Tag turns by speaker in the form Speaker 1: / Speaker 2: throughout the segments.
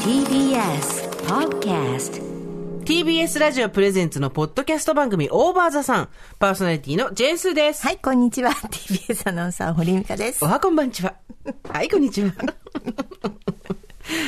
Speaker 1: TBS Podcast
Speaker 2: TBS ラジオプレゼンツのポッドキャスト番組オーバーザさん。パーソナリティのジェーンスーです。
Speaker 3: はい、こんにち は。TBS アナウンサー、堀美香です
Speaker 2: お。はこんばんちは。はい、こんに ちは。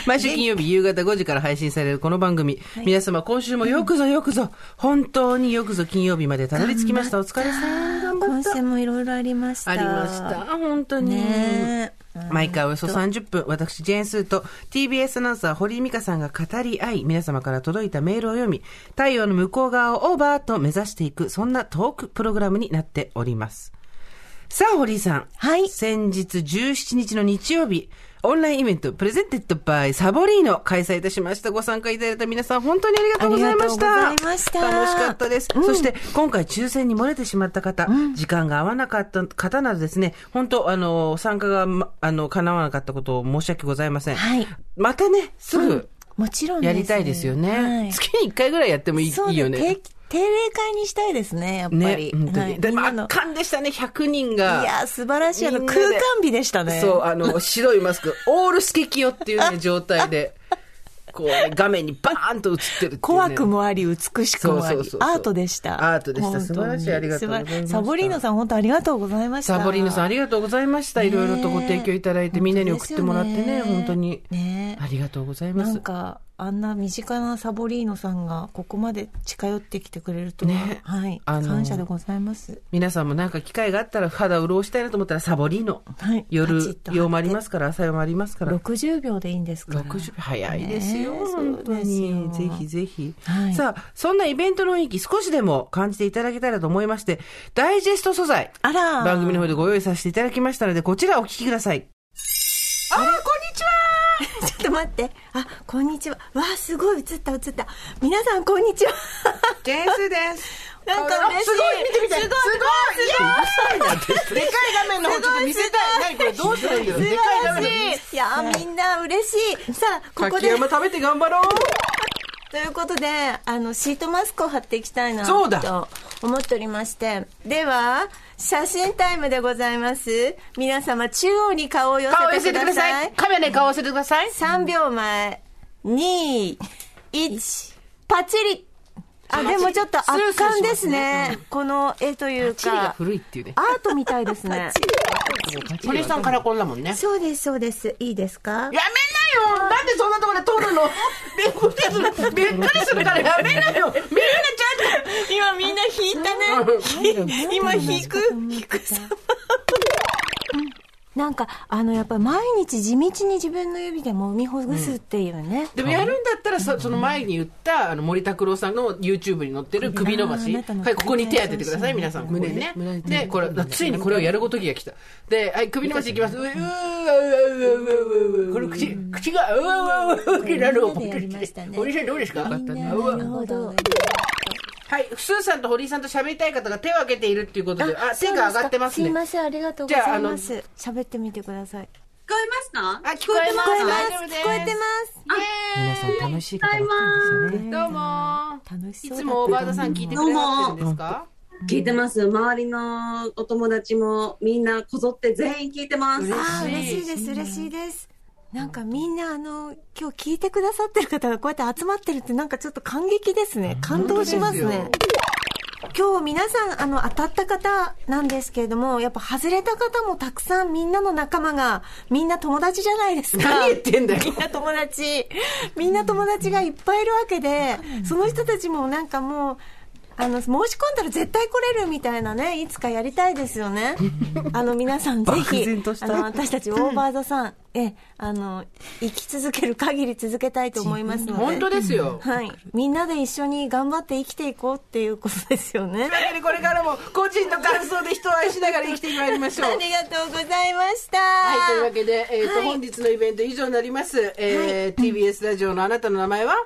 Speaker 2: 毎週金曜日夕方5時から配信されるこの番組。皆様今週もよくぞよくぞ、本当によくぞ金曜日までたどり着きました。お疲れさん。頑張
Speaker 3: 今
Speaker 2: った。
Speaker 3: 週もいろいろありました。
Speaker 2: ありました。本当に。
Speaker 3: ねえ。
Speaker 2: 毎回およそ30分、私、ジェーンスーと TBS アナウンサー、堀井美香さんが語り合い、皆様から届いたメールを読み、太陽の向こう側をオーバーと目指していく、そんなトークプログラムになっております。さあ、堀井さん。
Speaker 3: はい
Speaker 2: 先日17日の日曜日、オンラインイベント、プレゼンテッドバイサボリーノ開催いたしました。ご参加いただいた皆さん、本当にありがとうございました。
Speaker 3: ありがとうございました
Speaker 2: 楽しかったです。
Speaker 3: うん
Speaker 2: そして、今回抽選に漏れてしまった方、時間が合わなかった方などですね、本当、あの、参加が、まあの、叶わなかったことを申し訳ございません。
Speaker 3: はい
Speaker 2: またね、すぐ
Speaker 3: もちろん
Speaker 2: やりたいですよね。
Speaker 3: はい
Speaker 2: 月に1回ぐらいやってもいい
Speaker 3: そう
Speaker 2: いいよね。
Speaker 3: 定期定例会にしたいですね、やっぱ
Speaker 2: ね
Speaker 3: り。、
Speaker 2: 本当
Speaker 3: は
Speaker 2: に。
Speaker 3: い
Speaker 2: で
Speaker 3: みん
Speaker 2: も
Speaker 3: な
Speaker 2: 圧
Speaker 3: の
Speaker 2: 巻でしたね、100人が。
Speaker 3: いや、素晴らしい。あの、
Speaker 2: みんな
Speaker 3: 空
Speaker 2: で
Speaker 3: 間美でしたね。
Speaker 2: そう、あの、白い マスク、オールスケキヨっていうね、状態で、こうね、画面にバーンと映ってるっていうね、
Speaker 3: 怖くもあり、美しくもあり
Speaker 2: そうそうそう、そう
Speaker 3: アートでした。
Speaker 2: アートでした素晴らしいありがとうございました
Speaker 3: すサボリーノさん、本当ありがとうございました。
Speaker 2: サボリーノさんありがとうございました。
Speaker 3: ねえ
Speaker 2: いろいろとご提供いただいて、みんなに送ってもらってね、本
Speaker 3: 本
Speaker 2: 当
Speaker 3: 当
Speaker 2: に
Speaker 3: で。すよねね
Speaker 2: ありがとうございま
Speaker 3: な
Speaker 2: す
Speaker 3: ん。かあんな身近なサボリーノさんがここまで近寄ってきてくれるとは、
Speaker 2: ね
Speaker 3: はい、
Speaker 2: あの
Speaker 3: 感謝でございます。
Speaker 2: 皆さんもなんか機会があったら肌潤したいなと思ったらサボリーノ。
Speaker 3: はい
Speaker 2: 夜
Speaker 3: パチッと貼って
Speaker 2: 用もありますから、朝用もありますから。
Speaker 3: 60秒でいいんですから。
Speaker 2: 60早いですよ、
Speaker 3: ねえ
Speaker 2: 本当に。ぜひ。ぜひ、
Speaker 3: はい
Speaker 2: さあ、そんなイベントの雰囲気少しでも感じていただけたらと思いまして、ダイジェスト素材、
Speaker 3: あら
Speaker 2: 番組の方でご用意させていただきましたので、こちらお聞きください。あーこんにち は
Speaker 3: ちょっと待って。あ、こんにちは。わあ、すごい映った映った。皆さんこんにち は。
Speaker 2: ジェンスです。
Speaker 3: なんか嬉しい。
Speaker 2: すごい見てみたい。
Speaker 3: す
Speaker 2: す
Speaker 3: ご
Speaker 2: ご
Speaker 3: い
Speaker 2: い。でかい画面の方ちょっと見せたい。何これどうしたらいいんだろう。でかい画面の方。
Speaker 3: いやーみんな嬉しいさあここ
Speaker 2: 柿
Speaker 3: で
Speaker 2: 山食べて頑張ろう。
Speaker 3: ということであのシートマスクを貼っていきたいな
Speaker 2: そうだ
Speaker 3: と思っておりましてでは写真タイムでございます皆様中央に顔を寄
Speaker 2: 顔を寄
Speaker 3: せ
Speaker 2: せ
Speaker 3: て
Speaker 2: て
Speaker 3: くだ
Speaker 2: くだ
Speaker 3: さ
Speaker 2: さ
Speaker 3: い
Speaker 2: い。カメラに顔を寄せてください。
Speaker 3: 3秒前21パチリあでもちょっと圧巻ですねこの絵という
Speaker 2: チリが
Speaker 3: か
Speaker 2: 古いっていうね。
Speaker 3: アートみたいですね
Speaker 2: 堀さんからこんなもんね。
Speaker 3: そうですそうですいいですか
Speaker 2: やめなよなんでそんなところで撮るの びっくりする。びっくりするからやめなよみんなちゃんと。
Speaker 3: 今みんな引いたね今引く引くさ なんかあのやっぱ毎日地道に自分の指で揉みほぐすっていうね、
Speaker 2: でもやるんだったらそその前に言ったあの森拓郎さんの YouTube に載ってる首伸ばし、
Speaker 3: あーあなたの
Speaker 2: はい、ここに手当ててください皆さんここにねでこれついにこれをやるごときが来たで、はい、首伸ばしいきますうわうわうわうわうわうわうわこれ口口がうわうわうわうわになる
Speaker 3: みんなでやりましたね
Speaker 2: 堀井さんどうですかう
Speaker 3: なる
Speaker 2: わ
Speaker 3: ほど
Speaker 2: はいスーさんと堀井さんと喋りたい方が手を挙げているっていうことであ手が上がってます
Speaker 3: すい
Speaker 2: ね
Speaker 3: ませんありがとうございます喋ってみてください
Speaker 4: 聞こえますか
Speaker 2: あ聞こえ
Speaker 3: 聞
Speaker 2: ま
Speaker 3: こ
Speaker 2: す
Speaker 3: えま
Speaker 2: 大丈夫
Speaker 3: す
Speaker 2: で
Speaker 3: 聞こえてます
Speaker 2: 皆さん楽しい方ばっかりですよねどうも
Speaker 3: 楽しそうだっ
Speaker 2: い
Speaker 3: た
Speaker 2: つも大バーさん聞いてくれはってるんですか
Speaker 4: 聞いてます。周りのお友達もみんなこぞって全員聞いてます。
Speaker 3: あー嬉しいです嬉しいですなんかみんなあの今日聞いてくださってる方がこうやって集まってるってなんかちょっと感激ですね感動しますね
Speaker 2: 本
Speaker 3: 今日皆さんあの当たった方なんですけれどもやっぱ外れた方もたくさんみんなの仲間がみんな友達じゃないですか
Speaker 2: 何言ってんだよ
Speaker 3: みんな友達みんな友達がいっぱいいるわけでその人たちもなんかもうあの申し込んだら絶対来れるみたいなねいつかやりたいですよ ねあの皆さんぜ
Speaker 2: 漠然
Speaker 3: ひ
Speaker 2: とした
Speaker 3: あの私たちオーバーザさん、えあの生き続ける限り続けたいと思いますので
Speaker 2: 本当ですよ。
Speaker 3: はい、みんなで一緒に頑張って生きていこうっていうことですよね
Speaker 2: というわけでこれからも個人の感想で人を愛しながら生きてまいりましょう
Speaker 3: あ。りがとうございました
Speaker 2: はい、というわけで、えーと
Speaker 3: はい
Speaker 2: 本日のイベント以上になります。えー TBS ラジオのあなたの名前は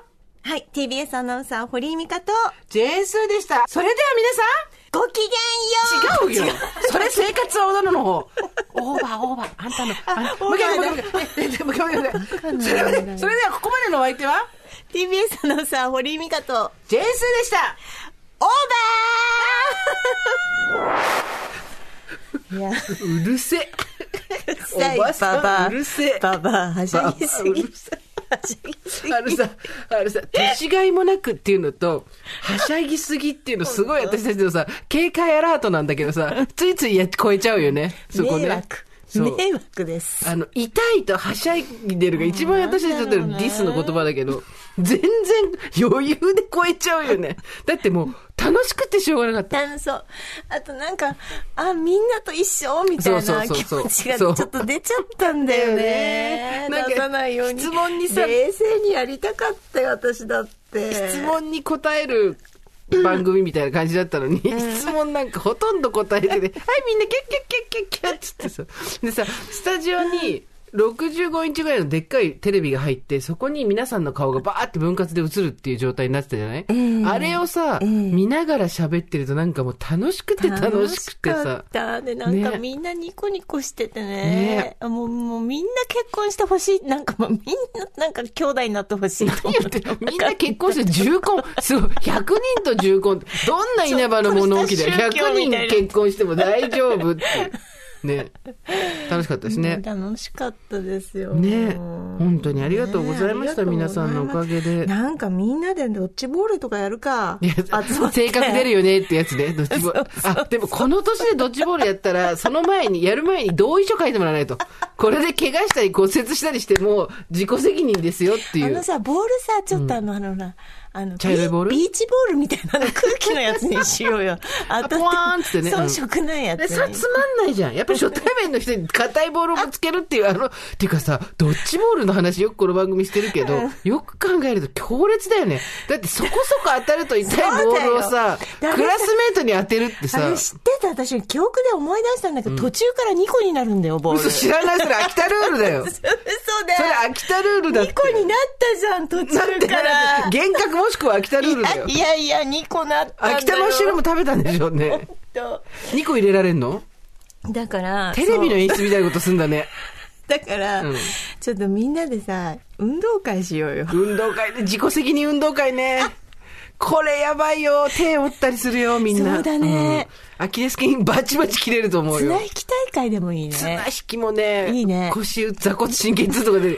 Speaker 3: はい TBS アナウンサー堀井美香と
Speaker 2: ジェーンスーでした。それでは
Speaker 3: ごきげんよう
Speaker 2: 皆さん、違うよ。それ生活は踊るの方。オーバーオーバー。あんたの、あんもう一回、もう一回、もう一回ええもう一回、もう一回。それでは、それではここまでのお相手は、
Speaker 3: TBS アナウンサー堀井美香とオーバ
Speaker 2: ジェーンスーでした。
Speaker 3: ーいや
Speaker 2: うるせえ。
Speaker 3: 臭い
Speaker 2: おばさ
Speaker 3: バ
Speaker 2: ん
Speaker 3: バア
Speaker 2: うるせえ
Speaker 3: ババアはしゃぎすぎ
Speaker 2: ババアうるせえあのさ、あのさ、年がいもなくっていうのと、はしゃぎすぎっていうのすごい私たちのさ、警戒アラートなんだけどさ、ついついや超えちゃうよね。 そこ
Speaker 3: 迷
Speaker 2: ね。
Speaker 3: 惑。
Speaker 2: そう
Speaker 3: 迷惑です。
Speaker 2: あの、痛いとはしゃいでるが一番私たちにとってのディスの言葉だけど、全然余裕で超えちゃうよね。だってもう、楽しくてしょうがなかった。
Speaker 3: 炭素。あとなんか、あ、みんなと一緒みたい
Speaker 2: そう
Speaker 3: な
Speaker 2: そう
Speaker 3: 気
Speaker 2: そうそう
Speaker 3: 持ちがち
Speaker 2: そ
Speaker 3: ょ
Speaker 2: う
Speaker 3: っと出ちゃったんだよね。
Speaker 2: だよねなんか
Speaker 3: 出さないように。
Speaker 2: 質問にさ
Speaker 3: 冷静にやりたかったよ、私だって。
Speaker 2: 質問に答える番組みたいな感じだったのに、質問なんかほとんど答えてて、はい、みんなキャッキャッキャッキャッキャッつってさ。でさ、スタジオに、65インチぐらいのでっかいテレビが入って、そこに皆さんの顔がバーって分割で映るっていう状態になってたじゃない、あれをさ、見ながら喋ってるとなんかもう楽しくて楽しくて
Speaker 3: 楽しか
Speaker 2: さ
Speaker 3: っ。たでなん
Speaker 2: ね
Speaker 3: かみんなニコニコしてて
Speaker 2: ね
Speaker 3: ねもうもうみんな結婚してほしいなんかもうみんななんか兄弟になってほしいと
Speaker 2: 何
Speaker 3: 思
Speaker 2: や
Speaker 3: っ
Speaker 2: って
Speaker 3: て
Speaker 2: んのみんな結婚して重婚。すごい。100人と重婚って。どんな稲葉の物置だよ。
Speaker 3: ちょっとした宗教みたい
Speaker 2: 100人
Speaker 3: な
Speaker 2: 結婚しても大丈夫っていう。ね。楽しかったですね。
Speaker 3: 楽しかったですよ
Speaker 2: ね。本当にありがとうございまし
Speaker 3: ね
Speaker 2: た。
Speaker 3: あり
Speaker 2: 皆
Speaker 3: がと
Speaker 2: さ
Speaker 3: うござ
Speaker 2: ん
Speaker 3: います
Speaker 2: のおかげで。
Speaker 3: なんかみんなでドッジボールとかやるか
Speaker 2: いや性格出るよねってやつね、ドッジボール。あ、でもこの年でドッジボールやったら、その前に、やる前に同意書書いてもらわないと。これで怪我したり骨折したりしても、自己責任ですよってい
Speaker 3: あ
Speaker 2: う
Speaker 3: の。さボールさちょっとあの、あのなあの
Speaker 2: 茶色いボール
Speaker 3: ビビーチボールみたいなの空気のやつにしよ うよあ
Speaker 2: ポワーンっつってね
Speaker 3: 遜色ないやつ
Speaker 2: でさ、
Speaker 3: に
Speaker 2: つまんないじゃん。やっぱり初対面の人に硬いボールをぶつけるっていう、あの、っていうかさ、ドッジボールの話よくこの番組してるけど、よく考えると強烈だよね。だってそこそこ当たると痛いボールをさ、
Speaker 3: そうだよ
Speaker 2: クラスメートに当てるって
Speaker 3: あ
Speaker 2: さ
Speaker 3: れ、知ってた私記憶で思い出したんだけど、途中から2個になるんだよボール
Speaker 2: 嘘知らない、それ秋田ルールだよ。そ
Speaker 3: 嘘だ
Speaker 2: れ秋田ルールだって。
Speaker 3: 2個になったじゃん、途中から。
Speaker 2: 幻覚もしくは秋田ルールだよ
Speaker 3: い。やいや、2個なったんだよ。
Speaker 2: 秋田マッシュルーム食べたんでしょうね。
Speaker 3: と
Speaker 2: 2個入れられんの
Speaker 3: だから、
Speaker 2: テレビの
Speaker 3: そう
Speaker 2: 演出みたいなことすんだね。
Speaker 3: だから、
Speaker 2: うん
Speaker 3: ちょっとみんなでさ、運動会しようよ。
Speaker 2: 運動会ね、自己責任運動会ね。これやばいよ。手折ったりするよ、みんな。
Speaker 3: そうだね
Speaker 2: うん。アキレス腱バチバチ切れると思うよ
Speaker 3: 綱。引き大会でもいい
Speaker 2: 綱
Speaker 3: ね
Speaker 2: 引。きもね、
Speaker 3: いいね
Speaker 2: 腰、座骨神経痛とかで、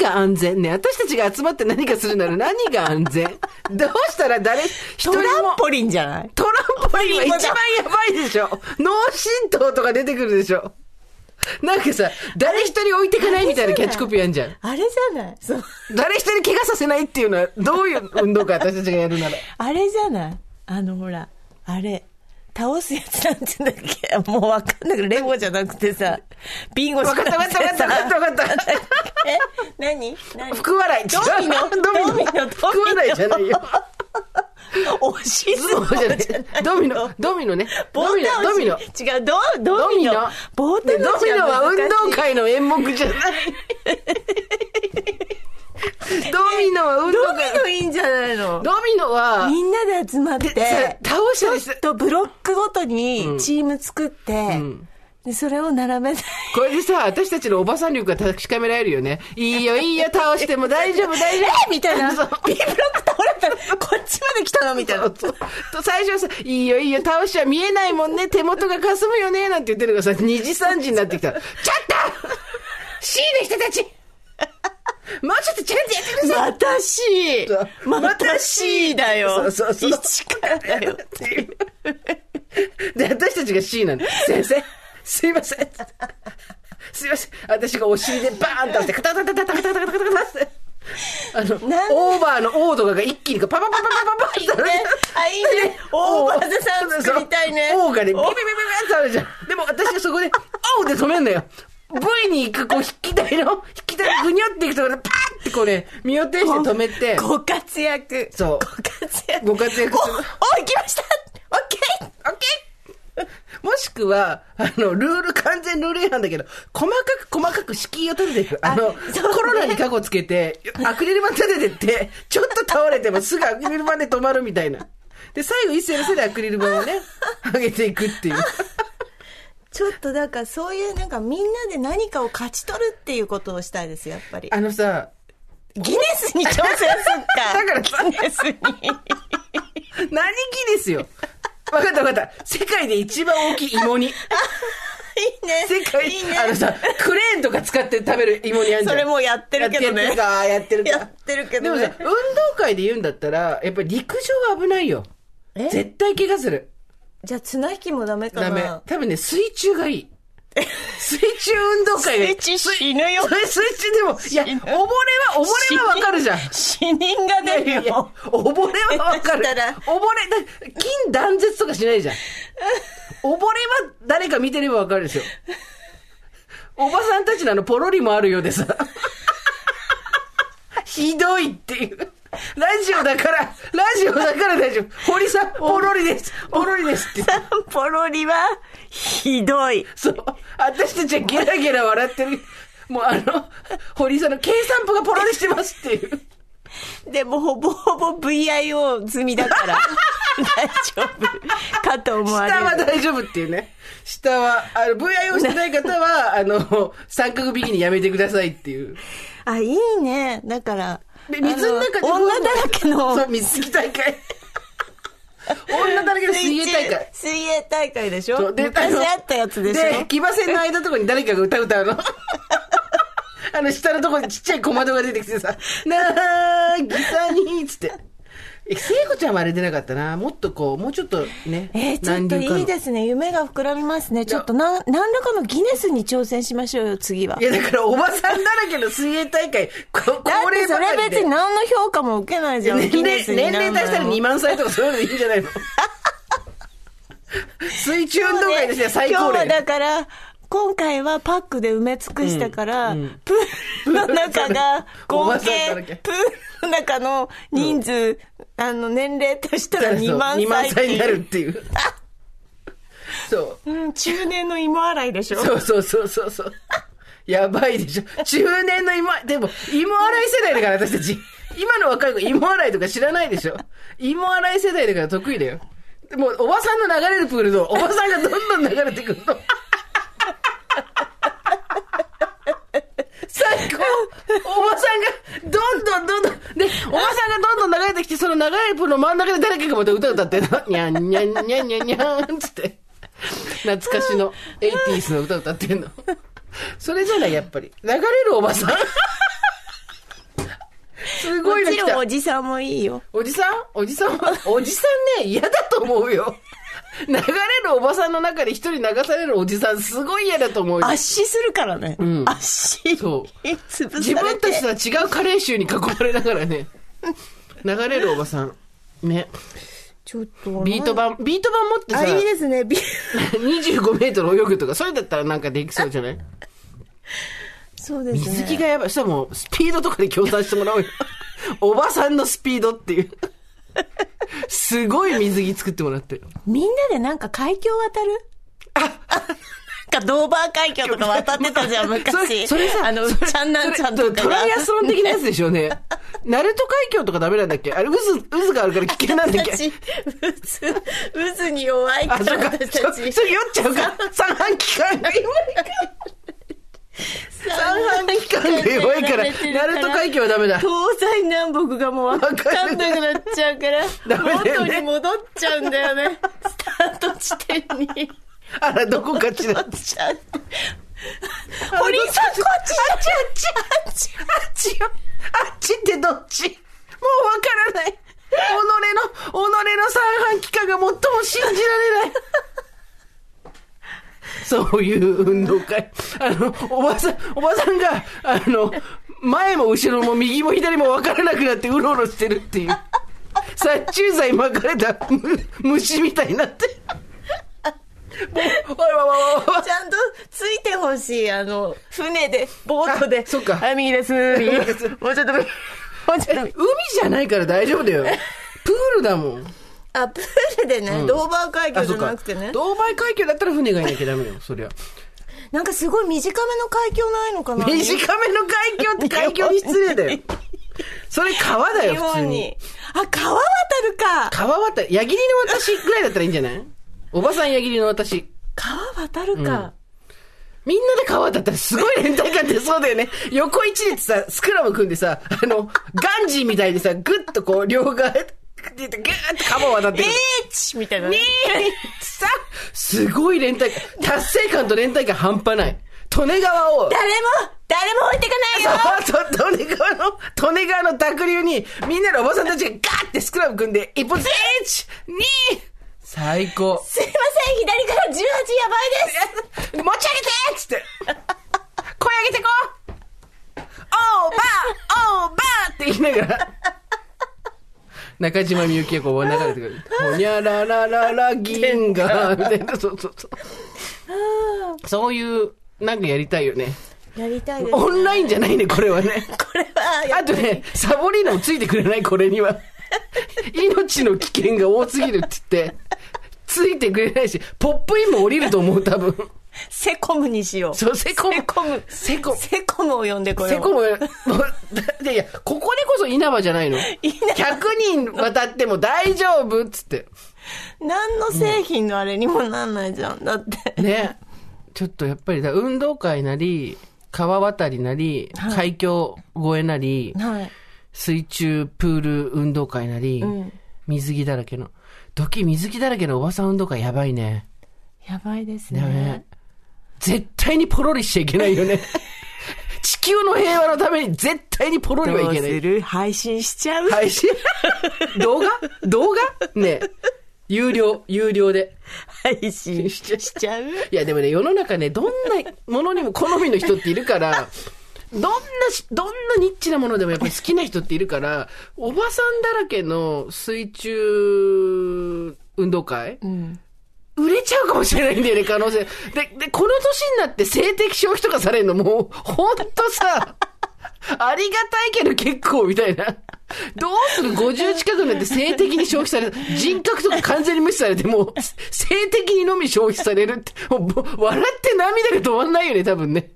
Speaker 2: 何が安全ね。私たちが集まって何かするなら何が安全どうしたら誰、一人
Speaker 3: ト
Speaker 2: も。
Speaker 3: ランポリンじゃない
Speaker 2: トランポリンは一番やばいでしょ。脳震盪とか出てくるでしょ。なんかさ、誰一人置いてかないみたいなキャッチコピーあんじゃん。
Speaker 3: あれじゃないそう
Speaker 2: 誰一人怪我させないっていうのは、どういう運動会私たちがやるなら。
Speaker 3: あれじゃないあの、ほら、あれ。倒すやつなんて言うんだっけもう わかんないけど、レゴじゃなくてさ、ビンゴじゃなくてさ。。
Speaker 2: わかったわかったわかったわかったわかった
Speaker 3: え何何
Speaker 2: 福笑い。
Speaker 3: ドミノ
Speaker 2: ドミノ。
Speaker 3: ドミノドミノ
Speaker 2: 福笑いじゃないよ。
Speaker 3: 押し
Speaker 2: ズボンじゃない。ドミノ、ドミノね。ドミノ、ドミノ。ね
Speaker 3: 違う、ド、ドミノ。棒
Speaker 2: ド
Speaker 3: 倒し
Speaker 2: ミノは運動
Speaker 3: 難しい。
Speaker 2: 会の演目じ ゃない。ドミノは運動
Speaker 3: ド
Speaker 2: 会
Speaker 3: ミ。ノいいんじゃないの
Speaker 2: ドミノは、
Speaker 3: みんなで集まって、
Speaker 2: でさ倒したりする
Speaker 3: ちょっとブロックごとにチーム作って、でそれを並べたい。
Speaker 2: これでさ、私たちのおばさん力が確かめられるよね。いいよ、いいよ、倒しても大丈夫、大丈夫。
Speaker 3: みたいな。B ブ
Speaker 2: そう
Speaker 3: ロック倒れたら、こっちまで来たのみたいな。
Speaker 2: そうと最初はさ、いいよいいよ、倒しちゃ見えないもんね、手元がかすむよね、なんて言ってるのがさ、2時3時になってき たら、ちょっと !C の人たちもうちょっとちゃんとやってください
Speaker 3: また C!
Speaker 2: そう
Speaker 3: また C だよ。
Speaker 2: そうそうそう
Speaker 3: 一からだよ。
Speaker 2: っていう。で、私たちが C なんで、先生、すいません。すいません。私がお尻でバーンと押して、カタカタカタカタカタカタカタって。あの、
Speaker 3: なん
Speaker 2: オーバーのオーとかが一気にこうパパパパパパパって。
Speaker 3: あ、いいね。オーバーザさん作りたいね。
Speaker 2: オーがね、ビビビビビビ
Speaker 3: お
Speaker 2: ってあるじゃん。でも私はそこで、オーで止めんだよ。V に行く、こう、引き台の、引き台のぐにょっていくところで、パーってこうね、身を挺して止めて、
Speaker 3: ご活躍。
Speaker 2: そう
Speaker 3: ご活躍。
Speaker 2: ご活躍
Speaker 3: お、
Speaker 2: す
Speaker 3: お、
Speaker 2: る
Speaker 3: 行きましたオッケー
Speaker 2: オッケーもしくは、あの、ルール、完全ルール違反だけど、細かく細かく敷居を立てていく。あの、
Speaker 3: そうね
Speaker 2: コロナに過去つけて、アクリル板立ててって、ちょっと倒れてもすぐアクリル板で止まるみたいな。で、最後一斉のせでアクリル板をね、上げていくっていう。
Speaker 3: ちょっとだからそういうなんかみんなで何かを勝ち取るっていうことをしたいです、やっぱり。
Speaker 2: あのさ、
Speaker 3: ギネスに挑戦すっ
Speaker 2: だから
Speaker 3: か。ギネスに。
Speaker 2: 何気ですよ。わかったわかった。世界で一番大きい芋煮。
Speaker 3: いね。
Speaker 2: 世界、
Speaker 3: いいね
Speaker 2: あのさ、クレーンとか使って食べる芋にあんじゃん。
Speaker 3: それもうやってるけどね
Speaker 2: やってるか、やってるか。
Speaker 3: やってるけどね
Speaker 2: でもさ、運動会で言うんだったら、やっぱり陸上は危ないよ。
Speaker 3: え
Speaker 2: 絶対怪我する。
Speaker 5: じゃあ綱引きもダメかな
Speaker 2: ダメ。多分ね、水中がいい。水中運動会がいい。
Speaker 3: 水中死ぬよ
Speaker 2: それ水中でも、いや、溺れは、溺れはわかるじゃん。
Speaker 3: 死人が出
Speaker 2: いや
Speaker 3: る
Speaker 2: いや
Speaker 3: よ。
Speaker 2: 溺れはわか
Speaker 3: 下手
Speaker 2: る。溺れ、
Speaker 3: した
Speaker 2: だ
Speaker 3: ら
Speaker 2: 金断絶とかしないじゃん。溺れは誰か見てればわかるでしょ。おばさんたちのあのポロリもあるよう でさ。ひどいっていう。ラジオだから、ラジオだから大丈夫。堀さん、ポロリです。ポロリですって。
Speaker 3: ポロリは、ひどい。
Speaker 2: そう。私たちはゲラゲラ笑ってる。もうあの、堀さんの計算部がポロリしてますっていう。
Speaker 3: でも、ほぼほぼ VIO 済みだから、大丈夫。かと思われる。
Speaker 2: 下は大丈夫っていうね。下は、あの、VIO してない方 は、あの、三角ビキニやめてくださいっていう。
Speaker 3: あ、いいね。だから、
Speaker 2: で水の中で。
Speaker 3: あの女だらけの
Speaker 2: そう、水着 大会。女だらけの水泳大会。
Speaker 3: 水泳大会でし
Speaker 2: そ
Speaker 3: ょ
Speaker 2: うで
Speaker 3: 昔
Speaker 2: の
Speaker 3: あったやつでし
Speaker 2: で
Speaker 3: ょ、
Speaker 2: 騎馬戦の間とかに誰かが歌歌うの。 あの、下のところにちっちゃい小窓が出てきてさ、なー、ギタにーっつって。え、聖子ちゃんはあれ出なかったな。もっとこう、もうちょっとね。
Speaker 3: えーちょっと
Speaker 2: 南流かの
Speaker 3: いいですね。夢が膨らみますね。ちょっとな、何らかのギネスに挑戦しましょうよ、次は。
Speaker 2: いや、だから、おばさんだらけの水泳大会、こ
Speaker 3: だ
Speaker 2: 高
Speaker 3: って
Speaker 2: 齢
Speaker 3: そ
Speaker 2: ばかり
Speaker 3: れ
Speaker 2: で
Speaker 3: 別に何の評価も受けないじゃん。ギネ
Speaker 2: 年齢、
Speaker 3: スに
Speaker 2: 年齢足したら2
Speaker 3: 万。
Speaker 2: 万歳とかそういうのでいいんじゃないの 水中運動会ですね、最高
Speaker 3: 今日は
Speaker 2: 齢。
Speaker 3: だから、今回はパックで埋め尽くしたから、プールの中が
Speaker 2: おば
Speaker 3: 合
Speaker 2: さんだ
Speaker 3: 計
Speaker 2: らけ、
Speaker 3: プールの中の人数、あの、年齢足したら2万
Speaker 2: 2万
Speaker 3: 歳って
Speaker 2: 歳
Speaker 3: いう
Speaker 2: になるっていう。そう。
Speaker 3: うん、中年の芋洗いでしょ。
Speaker 2: そうそうそうそうそう。やばいでしょ。中年の芋、でも、芋洗い世代だから私たち。今の若い子、芋洗いとか知らないでしょ。芋洗い世代だから得意だよ。でもう、おばさんの流れるプールの、おばさんがどんどん流れてくるの。最高おばさんが、どんどんどんどん、で、おばさんがどんどん流れてきて、その流れるプールの真ん中で誰かがまた歌歌ってんの、にゃんにゃんにゃんにゃんにゃんつって、懐かし のエイティースの歌歌ってんの。それじゃない、やっぱり。流れるおば さん。すごい
Speaker 3: も
Speaker 2: の
Speaker 3: ち
Speaker 2: 来
Speaker 3: ろん
Speaker 2: た
Speaker 3: お。じさんもいいよ。
Speaker 2: おじさんおじさんは、おじさんね、嫌だと思うよ。流れるおばさんの中で一人流されるおじさん、すごい嫌だと思うよ。
Speaker 3: 圧死するからね。
Speaker 2: ん
Speaker 3: 圧死。
Speaker 2: そう
Speaker 3: 潰されて。
Speaker 2: 自分たちとは違うカレー臭に囲まれながらね流れるおばさんね
Speaker 3: ちょっと。
Speaker 2: ビート板ビート板持
Speaker 3: あ、いい
Speaker 2: って
Speaker 3: ですね。ビ
Speaker 2: さ25メートル泳ぐとかそれだったらなんかできそうじゃない
Speaker 3: そうですね。
Speaker 2: 水着がやばいしたらもうスピードとかで協賛しても らおうよおばさんのスピードっていうすごい水着作ってもらって
Speaker 3: みんなでなんか海峡渡るなんかドーバー海峡とか渡ってたじゃん、昔。
Speaker 2: それそれさ
Speaker 3: あの、チ
Speaker 2: それ
Speaker 3: ャンナンチャンと
Speaker 2: それ
Speaker 3: か
Speaker 2: ト
Speaker 3: が
Speaker 2: ライアスロン的なやつでしょうね鳴門海峡とかダメなんだっけあれ渦渦があるから危険なんだっけ
Speaker 3: 私、渦、渦に弱いか
Speaker 2: あ、そ
Speaker 3: ら
Speaker 2: うか。
Speaker 3: 私
Speaker 2: そ
Speaker 3: た
Speaker 2: うそれ 酔
Speaker 3: ち
Speaker 2: っ。ちゃうか。三半期間が弱いから。三半期間が弱いから。鳴門海峡はダメだ。
Speaker 3: 東西南北がもう分かんなくなっちゃうから、
Speaker 2: ダメだよ
Speaker 3: 元
Speaker 2: ね
Speaker 3: に戻っちゃうんだよね。スタート地点に戻
Speaker 2: あら、どこかちだ。あ
Speaker 3: っちゃう。堀井さん、こっちあっちあっちあっち
Speaker 2: っちよ。あっちってどっちもうわからない。己の、己の三半期間が最も信じられない。 そういう運動会。あの、おばさん、おばさんが、あの、前も後ろも右も左も分からなくなってうろうろしてるっていう。殺虫剤巻かれたむ虫みたいになって。もう、わわわわわ わ
Speaker 3: ち。ゃんとついてほしい、あの、船で、ボートで。
Speaker 2: あそっか
Speaker 3: はい、右です、右です。もうちょっと、もうちょっ
Speaker 2: 海じゃないから大丈夫 だよ。プールだもん。
Speaker 3: と。あ、プールでね、ドーバー海峡じゃなくてね。
Speaker 2: ドーバイ海峡だったら船がいなきゃダメよ、そりゃ。
Speaker 3: なんかすごい短めの海峡ないのかな
Speaker 2: 短めの海峡って海峡に失礼 だよ。それ川だよ、
Speaker 3: 日
Speaker 2: 普通
Speaker 3: 本
Speaker 2: に
Speaker 3: に。。あ、川渡るか
Speaker 2: 川渡り、矢切の私ぐらいだったらいいんじゃないおばさん矢切の私。
Speaker 3: 川渡るか、
Speaker 2: みんなで川渡ったらすごい連帯感出そうだよね。横一列さ、スクラム組んでさ、あの、ガンジーみたいにさ、ぐっとこう、両側、って言って、ぐーってカを渡ってくる。
Speaker 3: チみたいなね。
Speaker 2: さすごい連帯感、達成感と連帯感半端ない。利根 川を、
Speaker 3: 誰も、誰も置いてかないよ
Speaker 2: と、利根川の、利根川の濁流に、みんなのおばさんたちがガーってスクラブ組んで、一歩ずつ、1、2、最高。
Speaker 3: すいません、左から18やばいです
Speaker 2: 持ち上げてっつって、声上げてこうオーバーオーバーって言いながら、中島みゆきがこう流れてくる。ほにゃらららら銀河みたいな、そうそうそう。そういう、なんかやりたいよね。
Speaker 3: やりたいです。
Speaker 2: オンラインじゃないね、これはね。
Speaker 3: これは、や
Speaker 2: あとね、サボリーナもついてくれない、これには。命の危険が多すぎるって言って、ついてくれないし、ポップインも降りると思う、多分。
Speaker 3: セコムにしよう。
Speaker 2: そう、セコム。
Speaker 3: セコム。
Speaker 2: セコム。
Speaker 3: セコムを呼んでこよう。
Speaker 2: セコム、も ういやいや、ここでこそ稲葉じゃないの。
Speaker 3: 稲
Speaker 2: 100人渡っても大丈夫っつって。
Speaker 3: 何の製品のあれにもなんないじゃん。だって。
Speaker 2: ね。ちょっとやっぱりだ、運動会なり、川渡りなり、
Speaker 3: はい
Speaker 2: 海峡越えなり、
Speaker 3: はい。
Speaker 2: 水中プール運動会なり、
Speaker 3: ん
Speaker 2: 水着だらけの。時水着だらけのおばさん運動会やばいね。
Speaker 3: やばいです
Speaker 2: ね
Speaker 3: ね。
Speaker 2: 絶対にポロリしちゃいけな いよね。地球の平和のために絶対にポロリ
Speaker 3: ど
Speaker 2: はいうけない。
Speaker 3: する配信しちゃう
Speaker 2: 配信動画動画ねえ有料、有料で。
Speaker 3: 配信しち ゃう
Speaker 2: いや、でもね、世の中ね、どんなものにも好みの人っているから、どんなし、どんなニッチなものでもやっぱり好きな人っているから、おばさんだらけの水中運動会、売れちゃうかもしれないんだよね、可能性。で、で、この年になって性的消費とかされるのもう、ほんと さ、ありがたいけど結構みたいな。どうする ?50 近くになって性的に消費される。人格とか完全に無視されて、もう、性的にのみ消費されるって。もうぼ笑って涙が止まんないよね、多分ね。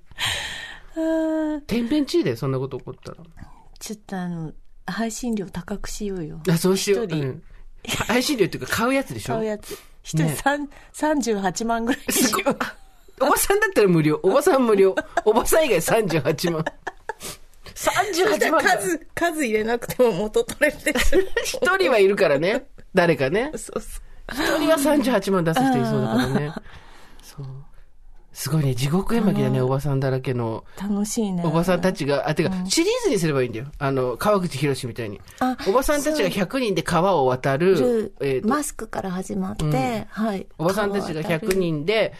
Speaker 2: 天変地異だよ、そんなこと起こったら。
Speaker 3: ちょっとあの、配信料高くしようよ。
Speaker 2: あ、そうしよう。
Speaker 3: 一
Speaker 2: う
Speaker 3: 人
Speaker 2: ん。配信料っていうか買うやつでしょ
Speaker 3: 買うやつ。一人
Speaker 2: ね
Speaker 3: 三38万ぐらいに
Speaker 2: す
Speaker 3: し
Speaker 2: ごい
Speaker 3: よう。。
Speaker 2: おばさんだったら無料。おばさん無料。おばさん以外38万。38万。
Speaker 3: 数、数入れなくても元取れてる。
Speaker 2: 一人はいるからね。誰かね。
Speaker 3: そうそう。
Speaker 2: 一人は38万出す人いそうだからね。そう。すごいね。地獄絵巻だね。おばさんだらけの。
Speaker 3: 楽しいね。
Speaker 2: おばさんたちが、あ、てか、シリーズにすればいいんだよ。あの、川口博みたいに
Speaker 3: あ。
Speaker 2: おばさんたちが100人で川を渡る
Speaker 3: ル、
Speaker 2: えーと
Speaker 3: マスクから始まって、はい。
Speaker 2: おばさんたちが
Speaker 3: 川渡
Speaker 2: 100
Speaker 3: る
Speaker 2: 人で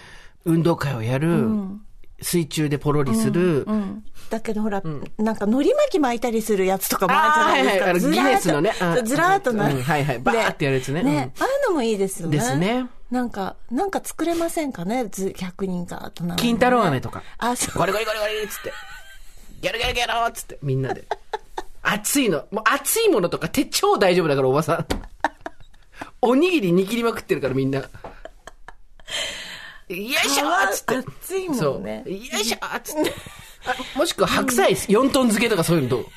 Speaker 2: 運動会をやる、水中でポロリする、
Speaker 3: うん。だけどほら、なんか、海苔巻き巻いたりするやつとかもあるじゃないですか。
Speaker 2: あーはいはいあの
Speaker 3: ずらーっと
Speaker 2: ギネスのねあ
Speaker 3: そうずらーっとな、
Speaker 2: うんはいはいバーってやるやつね
Speaker 3: で
Speaker 2: うん
Speaker 3: ね、ああいうのもいいですよね。
Speaker 2: ですね。
Speaker 3: なんか、なんか作れませんかね、ず100人か、とな。
Speaker 2: 金太郎飴とか。
Speaker 3: あ、そう。
Speaker 2: ゴリゴリゴリゴリっつって。ギャルギャルギャルっつって、みんなで。熱いの。もう熱いものとか手超大丈夫だから、おばさん。おにぎり握りまくってるから、みんな。よいしょーっつって。
Speaker 3: 熱いもんね
Speaker 2: そう。。よいしょーっつって。あもしくは白菜4トン漬けとかそういうのどうよ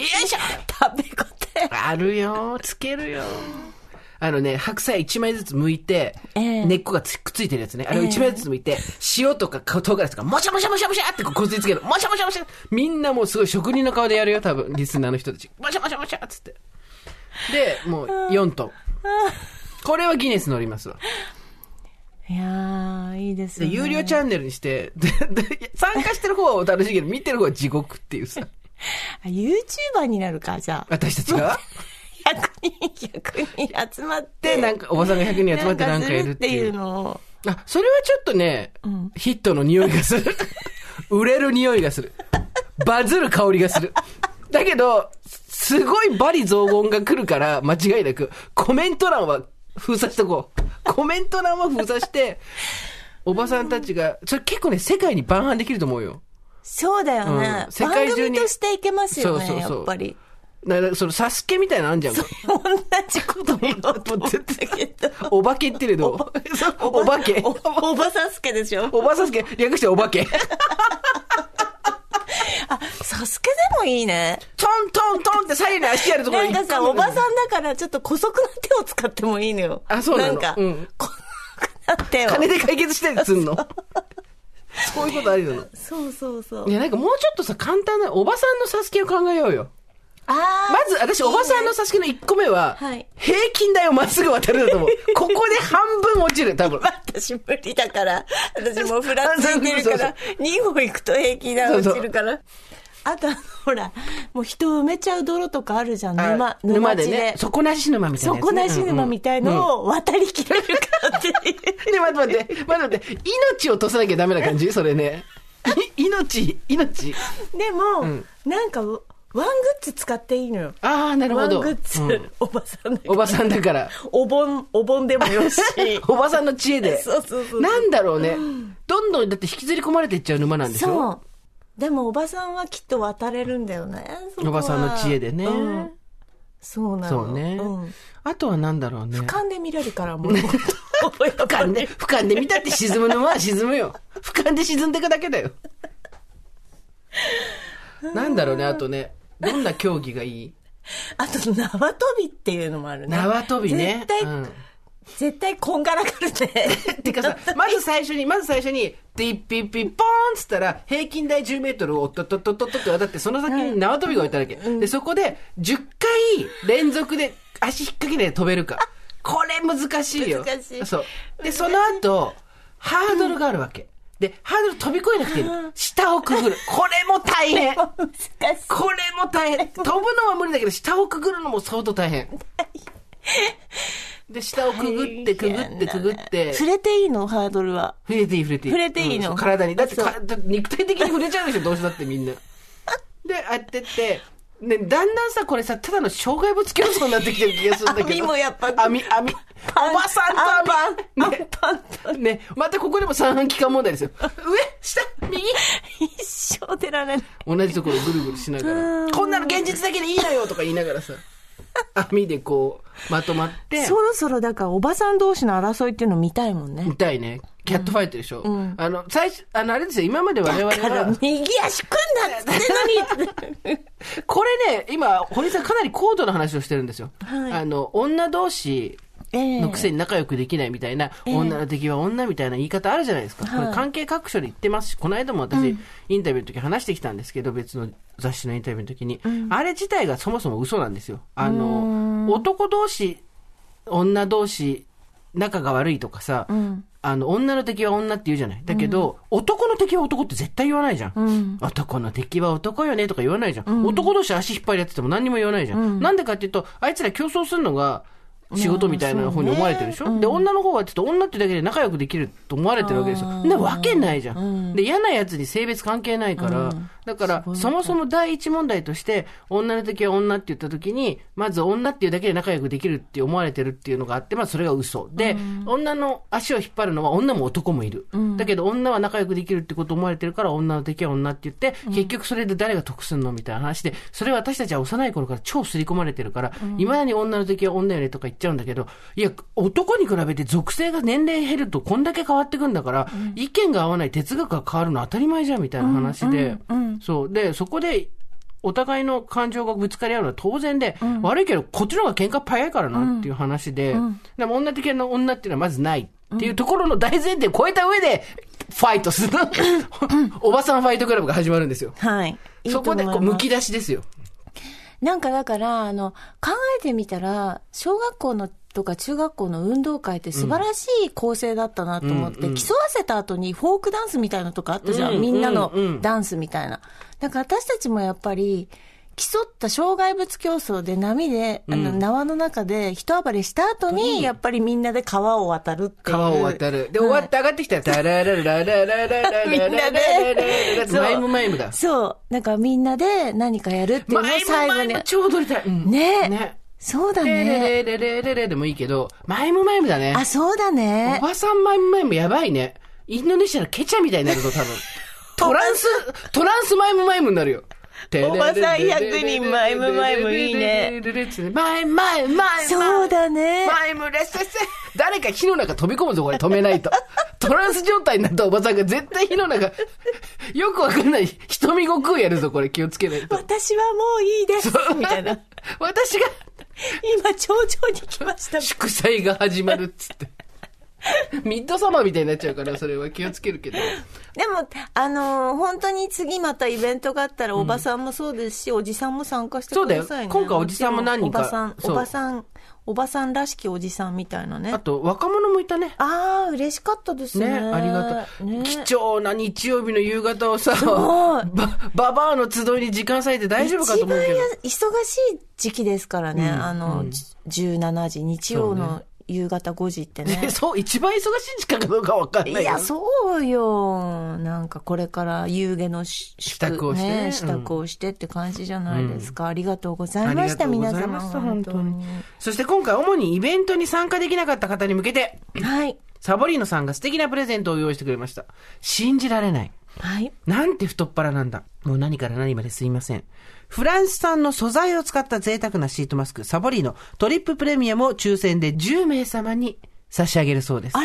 Speaker 2: いしょ
Speaker 3: 食べこて。
Speaker 2: あるよつけるよあのね、白菜1枚ずつ剥いて、
Speaker 3: ええ
Speaker 2: 根っこがつくっついてるやつね。あれを1枚ずつ剥いて、塩とか唐辛子とか、もしゃもしゃもしゃもしゃってこうこすりつける。もしゃもしゃもしゃみんなもうすごい職人の顔でやるよ、多分、リスナーの人たち。もしゃもしゃもしゃっつって。で、もう4トン。これはギネス乗りますわ。
Speaker 3: いやー、いいです
Speaker 2: で、
Speaker 3: ね。
Speaker 2: 有料チャンネルにして、でで参加してる方は楽しいけど、見てる方は地獄っていうさ、
Speaker 3: あ YouTuber になるか、じゃあ。
Speaker 2: 私たち が。
Speaker 3: 100人、100人集まって。
Speaker 2: で、なんか、おばさんが100人集まってなんかやる
Speaker 3: なん
Speaker 2: って
Speaker 3: かす
Speaker 2: い
Speaker 3: る
Speaker 2: う
Speaker 3: っ。のを。
Speaker 2: あ、それはちょっとね、ヒットの匂い がする。売れる匂いがする。バズる香りがする。だけど、すごいバリ雑言が来るから、間違いなく、コメント欄は封鎖しとこう。コメント欄は封鎖して、おばさんたちが、それ結構ね、世界に万販できると思うよ。
Speaker 3: そうだよね。
Speaker 2: うん世界中に
Speaker 3: 番組としていけますよね、
Speaker 2: そうそうそう
Speaker 3: やっぱり。
Speaker 2: だから、その、サスケみたいなのあんじゃん。
Speaker 3: 同じこと言おうと思ったけど。
Speaker 2: お化けって れど、お化け。
Speaker 3: おおばさすけでしょ
Speaker 2: おばさすけ、略してお化け。
Speaker 3: サスケでもいいね。
Speaker 2: トントントンって左右に足やるところ
Speaker 3: なん
Speaker 2: に
Speaker 3: かさ、おばさんだからちょっと古速な手を使ってもいいのよ。
Speaker 2: あそうなの
Speaker 3: んか、
Speaker 2: うん
Speaker 3: 古速な手を。
Speaker 2: 金で解決したりすんのそういうことあるよね。
Speaker 3: そうそうそう
Speaker 2: い。や、なんかもうちょっとさ、簡単な、おばさんのサスケを考えようよ。
Speaker 3: あー
Speaker 2: まず、私、おばさんのサスケの1個目は
Speaker 3: はい、
Speaker 2: 平均台をまっすぐ渡るだ と思う。ここで半分落ちる、多分。
Speaker 6: 私無理だ から。私もうフラついてるか
Speaker 2: そう
Speaker 6: ら、2歩行くと平気だ、落ちるから。
Speaker 3: あとあのほらもう人を埋めちゃう泥とかあるじゃん沼
Speaker 2: あ沼
Speaker 3: 沼
Speaker 2: で
Speaker 3: 地
Speaker 2: ね
Speaker 3: で。
Speaker 2: 底なし沼みたいなやつね。
Speaker 3: 底なし沼みたい
Speaker 2: うんうん
Speaker 3: のを渡りきれるか っていう
Speaker 2: ね、待って待って、待って待って、命を落とさなきゃダメな感じそれね。い命、命。
Speaker 3: でも、
Speaker 2: ん
Speaker 3: なんかワングッズ使っていいのよ
Speaker 2: ああ、なる
Speaker 3: ワ
Speaker 2: ほ
Speaker 3: ン
Speaker 2: ど。
Speaker 3: グッズ、
Speaker 2: うん
Speaker 3: おばさんだけ
Speaker 2: おばさんだから。
Speaker 3: お盆お盆でもよし
Speaker 2: おばさんの知恵で。
Speaker 3: そうそうそう
Speaker 2: なんだろうね。どんどんだって引きずり込まれていっちゃう沼なんでしょ
Speaker 3: そうでもおばさんはきっと渡れるんだよねそこは
Speaker 2: おばさんの知恵でね。
Speaker 3: うんそうなの
Speaker 2: そうね、
Speaker 3: うん、
Speaker 2: あとはなんだろうね。
Speaker 3: 俯瞰で見られるから もう俯
Speaker 2: 俯瞰 で、俯瞰で見たって沈むのは沈むよ。俯瞰で沈んでいくだけだよ。なんだろうね、あとね。どんな競技がいい
Speaker 3: あと縄跳びっていうのもあるね
Speaker 2: 縄跳びね。
Speaker 3: 絶対、
Speaker 2: うん
Speaker 3: 絶対こんがらがるね
Speaker 2: てかさ、まず最初に、まず最初に、ピッピッピッポーンっつったら、平均台10メートルをおっとっとっとっとっとって渡って、その先に縄跳びが置いただけ。で、そこで、10回連続で足引っ掛けで飛べるか。これ難しいよ。
Speaker 3: 難しい
Speaker 2: そう。で、その後、ハードルがあるわけ。で、ハードル飛び越えなくていいの。下をくぐる。これも大 変。こ
Speaker 3: 難しい
Speaker 2: れも大変。飛ぶのは無理だけど、下をくぐるのも相当大変。で、下をくぐって、くぐって、くぐって。
Speaker 3: 触れていいのハードルは
Speaker 2: 触れていい触れていい
Speaker 3: 触れていいの
Speaker 2: うん体にだって
Speaker 3: そう
Speaker 2: かだって肉体的に触れちゃうでしょどうせだってみんなであってってね、だんだんさ、これさ、ただの障害物競争になってきてる気がするんだけど。
Speaker 3: 網もやっぱ
Speaker 2: 網、網。おばさんと網。
Speaker 3: アン
Speaker 2: ね
Speaker 3: パンと
Speaker 2: ね、またここでも三半規管問題ですよ。上、下、右。
Speaker 3: 一生出られない
Speaker 2: 同じところぐるぐるしながら。こんなの現実だけでいいのよとか言いながらさ。網でこう、まとまって。
Speaker 3: そろそろだからおばさん同士の争いっていうの見たいもんね
Speaker 2: みたいね。キャットファイトでしょ。あの、最初、あの、あれですよ、今まで我々
Speaker 3: だから
Speaker 2: は。
Speaker 3: 右足組んだっつってん のに
Speaker 2: これね、今、堀さんかなり高度な話をしてるんですよ。
Speaker 3: はい
Speaker 2: あの、女同士
Speaker 3: ええ
Speaker 2: のくせに仲良くできないみたいな、女の敵は女みたいな言い方あるじゃないですか。これ関係各所で言ってますし、この間も私、インタビューの時話してきたんですけど、別の雑誌のインタビューの時に、あれ自体がそもそも嘘なんですよ。あの、男同士、女同士、仲が悪いとかさ、あの、女の敵は女って言うじゃない。だけど、男の敵は男って絶対言わないじゃん。男の敵は男よねとか言わないじゃん。男同士足引っ張り合ってても何にも言わないじゃん。なんでかっていうと、あいつら競争するのが仕事みたいな方に思われてるでしょ、で、女の方はちょっと女ってだけで仲良くできると思われてるわけですよ。なわけないじゃん。で、嫌な奴に性別関係ないから、だから、そもそも第一問題として、女の敵は女って言った時に、まず女っていうだけで仲良くできるって思われてるっていうのがあって、まあそれが嘘。で、女の足を引っ張るのは女も男もいる。だけど女は仲良くできるってこと思われてるから、女の敵は女って言って、結局それで誰が得すんのみたいな話で、それは私たちは幼い頃から超刷り込まれてるから、いまだに女の敵は女よねとか言っちゃうんだけど、いや、男に比べて属性が年齢減るとこんだけ変わってくんだから、意見が合わない哲学が変わるの当たり前じゃんみたいな話で、そう。で、そこで、お互いの感情がぶつかり合うのは当然で、悪いけど、こっちの方が喧嘩早いからなっていう話で、でも女的な女っていうのはまずないっていうところの大前提を超えた上で、ファイトする。おばさんファイトクラブが始まるんですよ。
Speaker 3: はいいいと
Speaker 2: そ
Speaker 3: 思
Speaker 2: こ
Speaker 3: いま
Speaker 2: で、
Speaker 3: す
Speaker 2: こう、むき出しですよ。
Speaker 3: なんかだからあの考えてみたら小学校のとか中学校の運動会って素晴らしい構成だったなと思って、競わせた後にフォークダンスみたいなのとかあったじゃん、みんなのダンスみたいな。だから私たちもやっぱり競った障害物競争で波で、あの縄の中で一暴れした後に、やっぱりみんなで川を渡るっていう。
Speaker 2: 川を渡る。で、終わって上がってきたら、タララララララララ
Speaker 3: みんなで
Speaker 2: で
Speaker 3: そう
Speaker 2: マイムマイムだ。
Speaker 3: そう。なんかみんなで何かやるっていうのを
Speaker 2: マイム
Speaker 3: 最
Speaker 2: マ
Speaker 3: 後
Speaker 2: イ
Speaker 3: に
Speaker 2: ム。超踊りたい。うん
Speaker 3: ね
Speaker 2: ね。
Speaker 3: そうだ
Speaker 2: レレ
Speaker 3: ね。
Speaker 2: レレレレレでもいいけど、マイムマイムだね。
Speaker 3: あ、そうだね
Speaker 2: お。ばさんマイムマイムやばいね。インドネシアのケチャみたいになるぞ、多分。トランス、トランスマイムマイムになるよ。
Speaker 6: おばさん100人マイムマイムいいね。
Speaker 2: マイムマイムマイム。
Speaker 3: そうだね。
Speaker 2: マイムレッセッセ。誰か火の中飛び込むぞ、これ止めないと。トランス状態になったおばさんが絶対火の中、よくわかんない瞳悟空やるぞ、これ気をつけないと。
Speaker 3: 私はもういいです。みたいな。。
Speaker 2: 私が
Speaker 3: 今、頂上に来ました。
Speaker 2: 祝祭が始まるっつって。ミッドサマーみたいになっちゃうから、それは気をつけるけど。
Speaker 3: でも、あのー本当に次またイベントがあったら、おばさんもそうですし、おじさんも参加してくだ
Speaker 2: そう
Speaker 3: さ
Speaker 2: だ
Speaker 3: い
Speaker 2: よ
Speaker 3: ね。
Speaker 2: 今回おじさんも何人か
Speaker 3: おばさん、
Speaker 2: そう
Speaker 3: おばさん、おばさんらしきおじさんみたいなね。
Speaker 2: あ
Speaker 3: あ
Speaker 2: と、若者もいたね。
Speaker 3: あー、嬉しかったですね。
Speaker 2: ね、ありがとう、
Speaker 3: ね
Speaker 2: 貴重な日曜日の夕方をさ、
Speaker 3: ごい
Speaker 2: ば、ババアの集いに時間割いて大丈夫かと
Speaker 3: 一
Speaker 2: 思う
Speaker 3: 番や
Speaker 2: けど。
Speaker 3: 忙しい時期ですからね、あの、17時、日曜の夕方5時ってね。
Speaker 2: でそう、一番忙しい時間かどうかわかんない
Speaker 3: い
Speaker 2: けど
Speaker 3: や、そうよ。なんかこれから夕げのし
Speaker 2: 支度をしてねうん
Speaker 3: 支度をしてって感じじゃないですか。ありがとうござ
Speaker 2: あ
Speaker 3: い
Speaker 2: り
Speaker 3: まし
Speaker 2: が
Speaker 3: た、
Speaker 2: とうご
Speaker 3: 皆
Speaker 2: ざい
Speaker 3: 様。
Speaker 2: ました、本当に。そして今回、主にイベントに参加できなかった方に向けて、
Speaker 3: はい。
Speaker 2: サボリーノさんが素敵なプレゼントを用意してくれました。信じられない。
Speaker 3: はい。
Speaker 2: なんて太っ腹なんだ。もう何から何まですいません。フランス産の素材を使った贅沢なシートマスク、サボリーのトリッププレミアムを抽選で10名様に差し上げるそうです。あ
Speaker 3: あ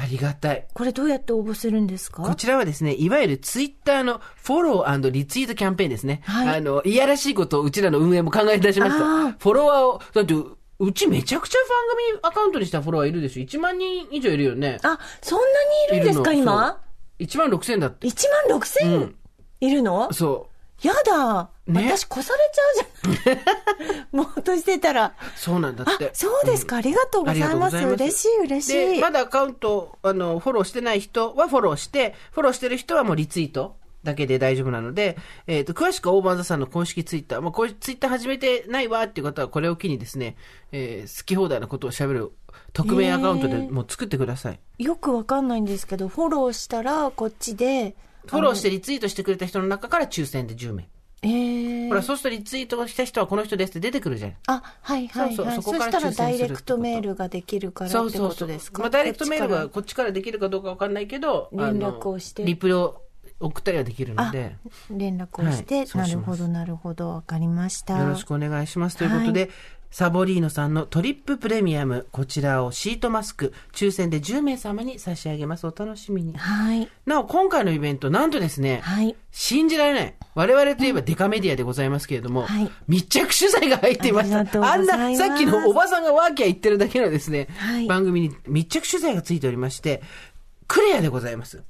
Speaker 3: ら、
Speaker 2: りがたい。
Speaker 3: これどうやって応募するんです
Speaker 2: こ
Speaker 3: か
Speaker 2: ちらはですね、いわゆるツイッターのフォローリツイートキャンペーンですね。
Speaker 3: はい
Speaker 2: あの、いやらしいことをうちらの運営も考え出しました。フォロワーを、だって、うちめちゃくちゃ番組アカウントにしたフォロワーいるでしょ ?1 万人以上いるよね。
Speaker 3: あ、そんなにいるんですか、
Speaker 2: いるの
Speaker 3: 今。
Speaker 2: 1万6000だって。
Speaker 3: 1万6千いるの、
Speaker 2: そう。
Speaker 3: やだ。
Speaker 2: ね
Speaker 3: 私、越されちゃうじゃん。 もう、としてたら。
Speaker 2: そうなんだっ
Speaker 3: あ
Speaker 2: て。、
Speaker 3: そうですか。ありがとうございます。
Speaker 2: ありがとうございま
Speaker 3: 嬉し
Speaker 2: す
Speaker 3: い、嬉し
Speaker 2: で、
Speaker 3: い。
Speaker 2: まだアカウント、あの、フォローしてない人はフォローして、フォローしてる人はもうリツイートだけで大丈夫なので、えっ、と、詳しくはオーバーザさんの公式ツイッター、まあ、こういうツイッター始めてないわっていう方は、これを機にですね、えー好き放題なことを喋る匿名アカウントでもう作ってください。
Speaker 3: よくわかんないんですけど、フォローしたら、こっちで、
Speaker 2: フォローしてリツイートしてくれた人の中から抽選で10名。
Speaker 3: えー
Speaker 2: ほら、そうするとリツイートした人はこの人ですって出てくるじゃん。
Speaker 3: あ、はいはいはい。
Speaker 2: そ
Speaker 3: そう
Speaker 2: そうそこか
Speaker 3: し
Speaker 2: ら
Speaker 3: たら
Speaker 2: 抽選する
Speaker 3: ダ
Speaker 2: ってこと
Speaker 3: イレクトメールができるから
Speaker 2: そう
Speaker 3: って
Speaker 2: そう
Speaker 3: こ
Speaker 2: そ
Speaker 3: と
Speaker 2: う
Speaker 3: ですか
Speaker 2: まあ、ダイレクトメール
Speaker 3: こ
Speaker 2: は
Speaker 3: っち
Speaker 2: こっちからできるかどうかわかんないけど、あの
Speaker 3: 連絡をして
Speaker 2: リプを送ったりはできるの
Speaker 3: から
Speaker 2: で。
Speaker 3: あ、連絡をして、
Speaker 2: はいそう
Speaker 3: な
Speaker 2: し
Speaker 3: る
Speaker 2: ま
Speaker 3: ほ
Speaker 2: す
Speaker 3: どなるほど、わかりました。
Speaker 2: よろしくお願いします。ということで、サボリーノさんのトリッププレミアム、こちらをシートマスク、抽選で10名様に差し上げます。お楽しみに。
Speaker 3: はい。
Speaker 2: なお、今回のイベント、なんとですね、
Speaker 3: はい。
Speaker 2: 信じられない。我々といえばデカメディアでございますけれども、
Speaker 3: はい
Speaker 2: 密着取材が入っていました。
Speaker 3: ありがとうございます
Speaker 2: んな、さっきのおばさんがワーキャー言ってるだけのですね、
Speaker 3: はい
Speaker 2: 番組に密着取材がついておりまして、クレアでございます。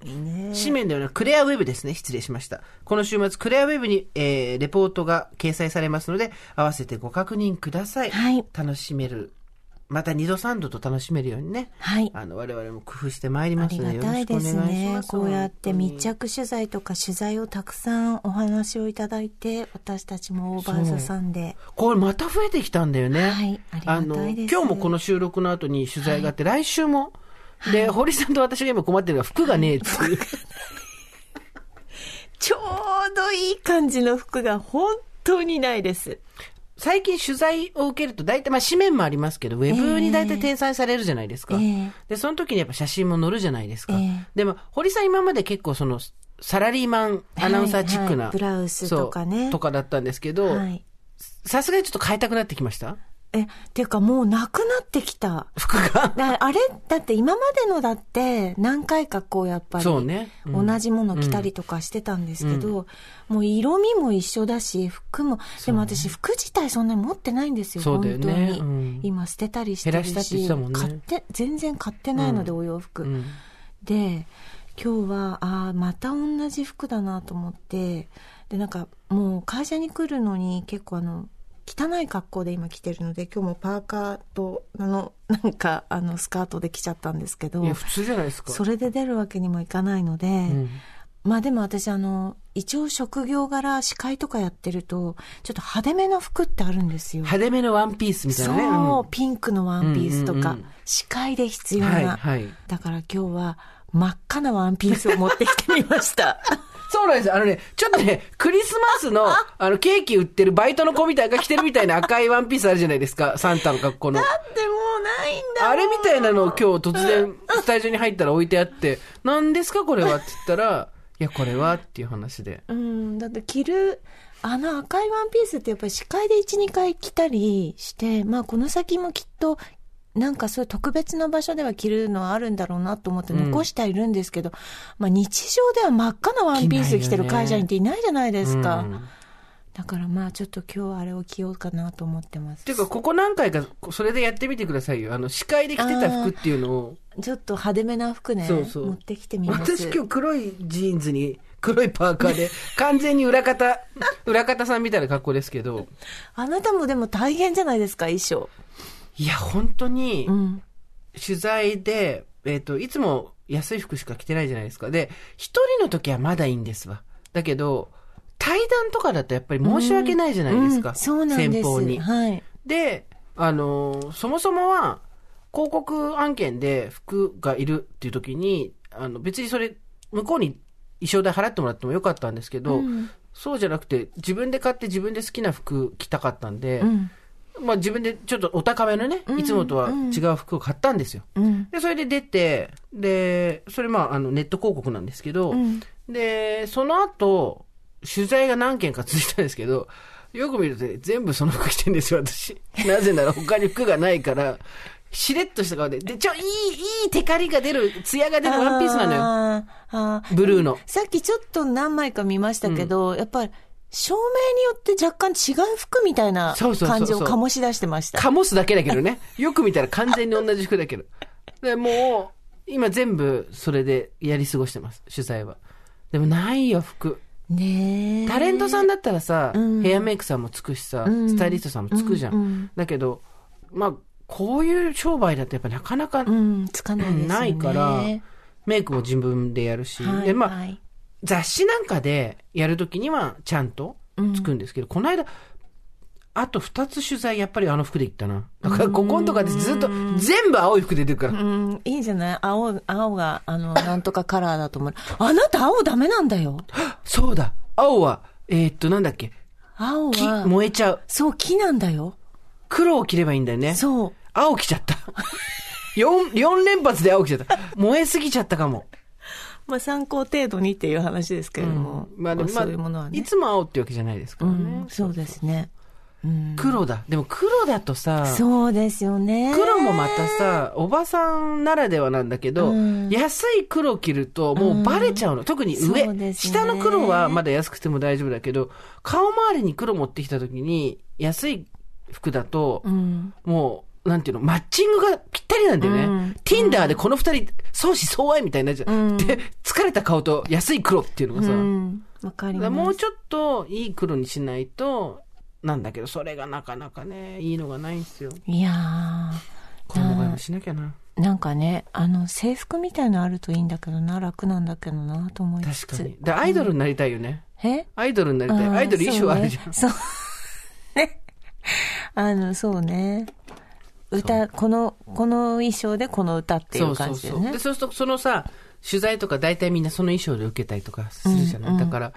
Speaker 2: 紙面ではなくクレアウェブですね。失礼しました。この週末、クレアウェブに、えーレポートが掲載されますので、合わせてご確認ください。
Speaker 3: はい
Speaker 2: 楽しめる。また二度三度と楽しめるようにね。
Speaker 3: はい
Speaker 2: あの、我々も工夫してまいり
Speaker 3: あ
Speaker 2: ます
Speaker 3: り
Speaker 2: の
Speaker 3: が
Speaker 2: で、よろ
Speaker 3: たい
Speaker 2: しく
Speaker 3: で
Speaker 2: お願い
Speaker 3: す
Speaker 2: しま
Speaker 3: ね。
Speaker 2: す。
Speaker 3: こうやって
Speaker 2: 本当に
Speaker 3: 密着取材とか取材をたくさんお話をいただいて、私たちもオーバーザさんで。
Speaker 2: これまた増えてきたんだよ
Speaker 3: は
Speaker 2: ね。
Speaker 3: いありがたいです
Speaker 2: 今日もこの収録の後に取材があって、来週も。で、堀さんと私が今困ってるのは服がねえっていう。
Speaker 3: ちょうどいい感じの服が本当にないです。
Speaker 2: 最近取材を受けると大体、まあ紙面もありますけど、ウェブに大体転載されるじゃないですか。
Speaker 3: ええ
Speaker 2: で、その時にやっぱ写真も載るじゃないですか。
Speaker 3: ええ
Speaker 2: でも、堀さん今まで結構その、サラリーマンアナウンサーチック
Speaker 3: はい
Speaker 2: な、
Speaker 3: はいブラウスとかね
Speaker 2: そうとかだったんですけど、
Speaker 3: はい。
Speaker 2: さすがにちょっと変えたくなってきました
Speaker 3: え、ていうかもうなくなってきた。
Speaker 2: 服が。
Speaker 3: だあれだって今までのだって何回かこうやっぱり
Speaker 2: そうね。うん
Speaker 3: 同じもの着たりとかしてたんですけど、もう色味も一緒だし服もでも私服自体そんなに持ってないんですよ
Speaker 2: そうだよね
Speaker 3: 本当に、
Speaker 2: うん
Speaker 3: 今捨てたりしてるし
Speaker 2: 減らしたって言ってたもんね
Speaker 3: 買って全然買ってないので、お洋服、
Speaker 2: うん
Speaker 3: で今日はああまた同じ服だなと思ってでなんかもう会社に来るのに結構あの汚い格好で今着てるので今日もパーカーとあのなんかあのスカートで着ちゃったんですけど
Speaker 2: いや、普通じゃないですか。
Speaker 3: それで出るわけにもいかないので、
Speaker 2: うん
Speaker 3: まあでも私あの一応職業柄司会とかやってるとちょっと派手めの服ってあるんですよ。
Speaker 2: 派手めのワンピースみたい
Speaker 3: そ
Speaker 2: なね。
Speaker 3: う、ピンクのワンピースとか、
Speaker 2: うんうんうん
Speaker 3: 司会で必
Speaker 2: うん
Speaker 3: 要な、
Speaker 2: はい、はい。
Speaker 3: だから今日は真っ赤なワンピースを持ってきてみました。
Speaker 2: そう なんですよ。あのね、ちょっとね、クリスマスの、あの、ケーキ売ってるバイトの子みたいが着てるみたいな赤いワンピースあるじゃないですか。サンタの格好の。
Speaker 3: でもうないんだ。
Speaker 2: あれみたいなのを今日突然、スタジオに入ったら置いてあって、何ですかこれはって言ったら、いや、これはっていう話で。
Speaker 3: うん、だって着る、あの赤いワンピースってやっぱり司会で1、2回着たりして、まあこの先もきっと、なんかそういう特別な場所では着るのはあるんだろうなと思って残してはいるんですけど、まあ日常では真っ赤なワンピース着てる会社員っていないじゃないですか。
Speaker 2: うん
Speaker 3: だからまあちょっと今日はあれを着ようかなと思ってます
Speaker 2: ていうか、ここ何回か、それでやってみてくださいよ。あの、司会で着てた服っていうのを。
Speaker 3: ちょっと派手めな服ね
Speaker 2: そうそう
Speaker 3: 持ってきてみます
Speaker 2: 私今日黒いジーンズに、 黒いパーカーで、完全に裏方、裏方さんみたいな格好ですけど、
Speaker 3: あなたもでも大変じゃないですか衣装
Speaker 2: いや、本当に
Speaker 3: う、ん
Speaker 2: 取材で、えっ、と、いつも安い服しか着てないじゃないですか。で、一人の時はまだいいんですわ。だけど、対談とかだとやっぱり申し訳ないじゃないですか。
Speaker 3: うんそうなんです
Speaker 2: 先方に。
Speaker 3: はい
Speaker 2: で、あのーそもそもは、広告案件で服がいるっていう時に、あの、別にそれ、向こうに衣装代払ってもらってもよかったんですけど、そうじゃなくて、自分で買って自分で好きな服着たかったんで、
Speaker 3: うん
Speaker 2: まあ自分でちょっとお高めのね、いつもとは違う服を買ったんですよ。
Speaker 3: うん
Speaker 2: で、それで出て、で、それまあ、あの、ネット広告なんですけど、
Speaker 3: ん
Speaker 2: で、その後、取材が何件か続いたんですけど、よく見るとね全部その服着てんですよ、私。 なぜなら他に服がないから、しれっとした顔で、で、ちょ、いい、いいテカリが出る、艶が出るワンピースなのよ。
Speaker 3: よあー
Speaker 2: ブルーの
Speaker 3: さっきちょっと何枚か見ましたけど、やっぱり照明によって若干違う服みたいな
Speaker 2: そうそうそう
Speaker 3: 感
Speaker 2: そう
Speaker 3: じを醸し出してました
Speaker 2: かもすだけだけどね。よく見たら完全に同じ服だけど。で、もう、今全部それでやり過ごしてます、取材は。でもないよ、服。
Speaker 3: ねえ
Speaker 2: タレントさんだったらさ、
Speaker 3: うん
Speaker 2: ヘアメイクさんもつくしさ、
Speaker 3: ん
Speaker 2: スタイリストさんもつくじゃん。
Speaker 3: うんうん
Speaker 2: だけど、まあ、こういう商売だとやっぱなかなか
Speaker 3: うんつかないですよね
Speaker 2: ないから、メイクも自分でやるし、
Speaker 3: はい
Speaker 2: でまあ、
Speaker 3: はい
Speaker 2: 雑誌なんかでやるときにはちゃんとつくんですけど、この間、あと2つ取材やっぱりあの服で行ったな。だからここんとかでずっと全部青い服で出てるから。
Speaker 3: うん、いいじゃない青、青が、あ の、なんとかカラーだと思う。あなた青ダメなんだよ。
Speaker 2: そうだ青は、えーっとなんだっけ
Speaker 3: 青
Speaker 2: 木、
Speaker 3: は、
Speaker 2: 燃えちゃう。
Speaker 3: そう、木なんだよ。
Speaker 2: 黒を着ればいいんだよね。
Speaker 3: そう。
Speaker 2: 青来ちゃった。4、四連発で青来ちゃった。燃えすぎちゃったかも。
Speaker 3: まあ、参考程度にっていう話ですけれども。ま
Speaker 2: まあ
Speaker 3: あ、
Speaker 2: でも、まあ、
Speaker 3: そういうものはね。
Speaker 2: いつも青ってわけじゃないですか
Speaker 3: う
Speaker 2: らね。
Speaker 3: ん、そうですね。
Speaker 2: 黒だ。でも黒だとさ、
Speaker 3: そうですよね。
Speaker 2: 黒もまたさ、おばさんならではなんだけど、
Speaker 3: うん
Speaker 2: 安い黒着るともうバレちゃうの。特に上、
Speaker 3: そうですね
Speaker 2: 下の黒はまだ安くても大丈夫だけど、顔周りに黒持ってきた時に、安い服だと、
Speaker 3: うん。
Speaker 2: もう、なんていうの、マッチングがぴったりなんだよね。
Speaker 3: うん
Speaker 2: Tinder でこの二人、相思相愛みたいになっちゃう。
Speaker 3: うん
Speaker 2: で、疲れた顔と安い黒っていうのが
Speaker 3: う
Speaker 2: さ、
Speaker 3: ん。わかり
Speaker 2: だか
Speaker 3: ま
Speaker 2: ら
Speaker 3: す。
Speaker 2: もうちょっといい黒にしないと、なんだけど、それがなかなかね、いいのがないんですよ。
Speaker 3: いやー。
Speaker 2: 衣替えもしなきゃな。
Speaker 3: なんかね、あの、制服みたいのあるといいんだけどな、楽なんだけどな、と思いつつ。
Speaker 2: 確かに。で、アイドルになりたいよね。
Speaker 3: え
Speaker 2: アイドルになりたい。
Speaker 3: あー
Speaker 2: アイドル衣装あるじゃん。
Speaker 3: そうね。そうね。 あの、そうね。歌、この、この衣装でこの歌ってい
Speaker 2: そううそ
Speaker 3: 感
Speaker 2: う
Speaker 3: じで
Speaker 2: そ
Speaker 3: ね。
Speaker 2: う。で、そうすると、そのさ、取材とか大体みんなその衣装で受けたりとかするじゃない。
Speaker 3: うんうん
Speaker 2: だから、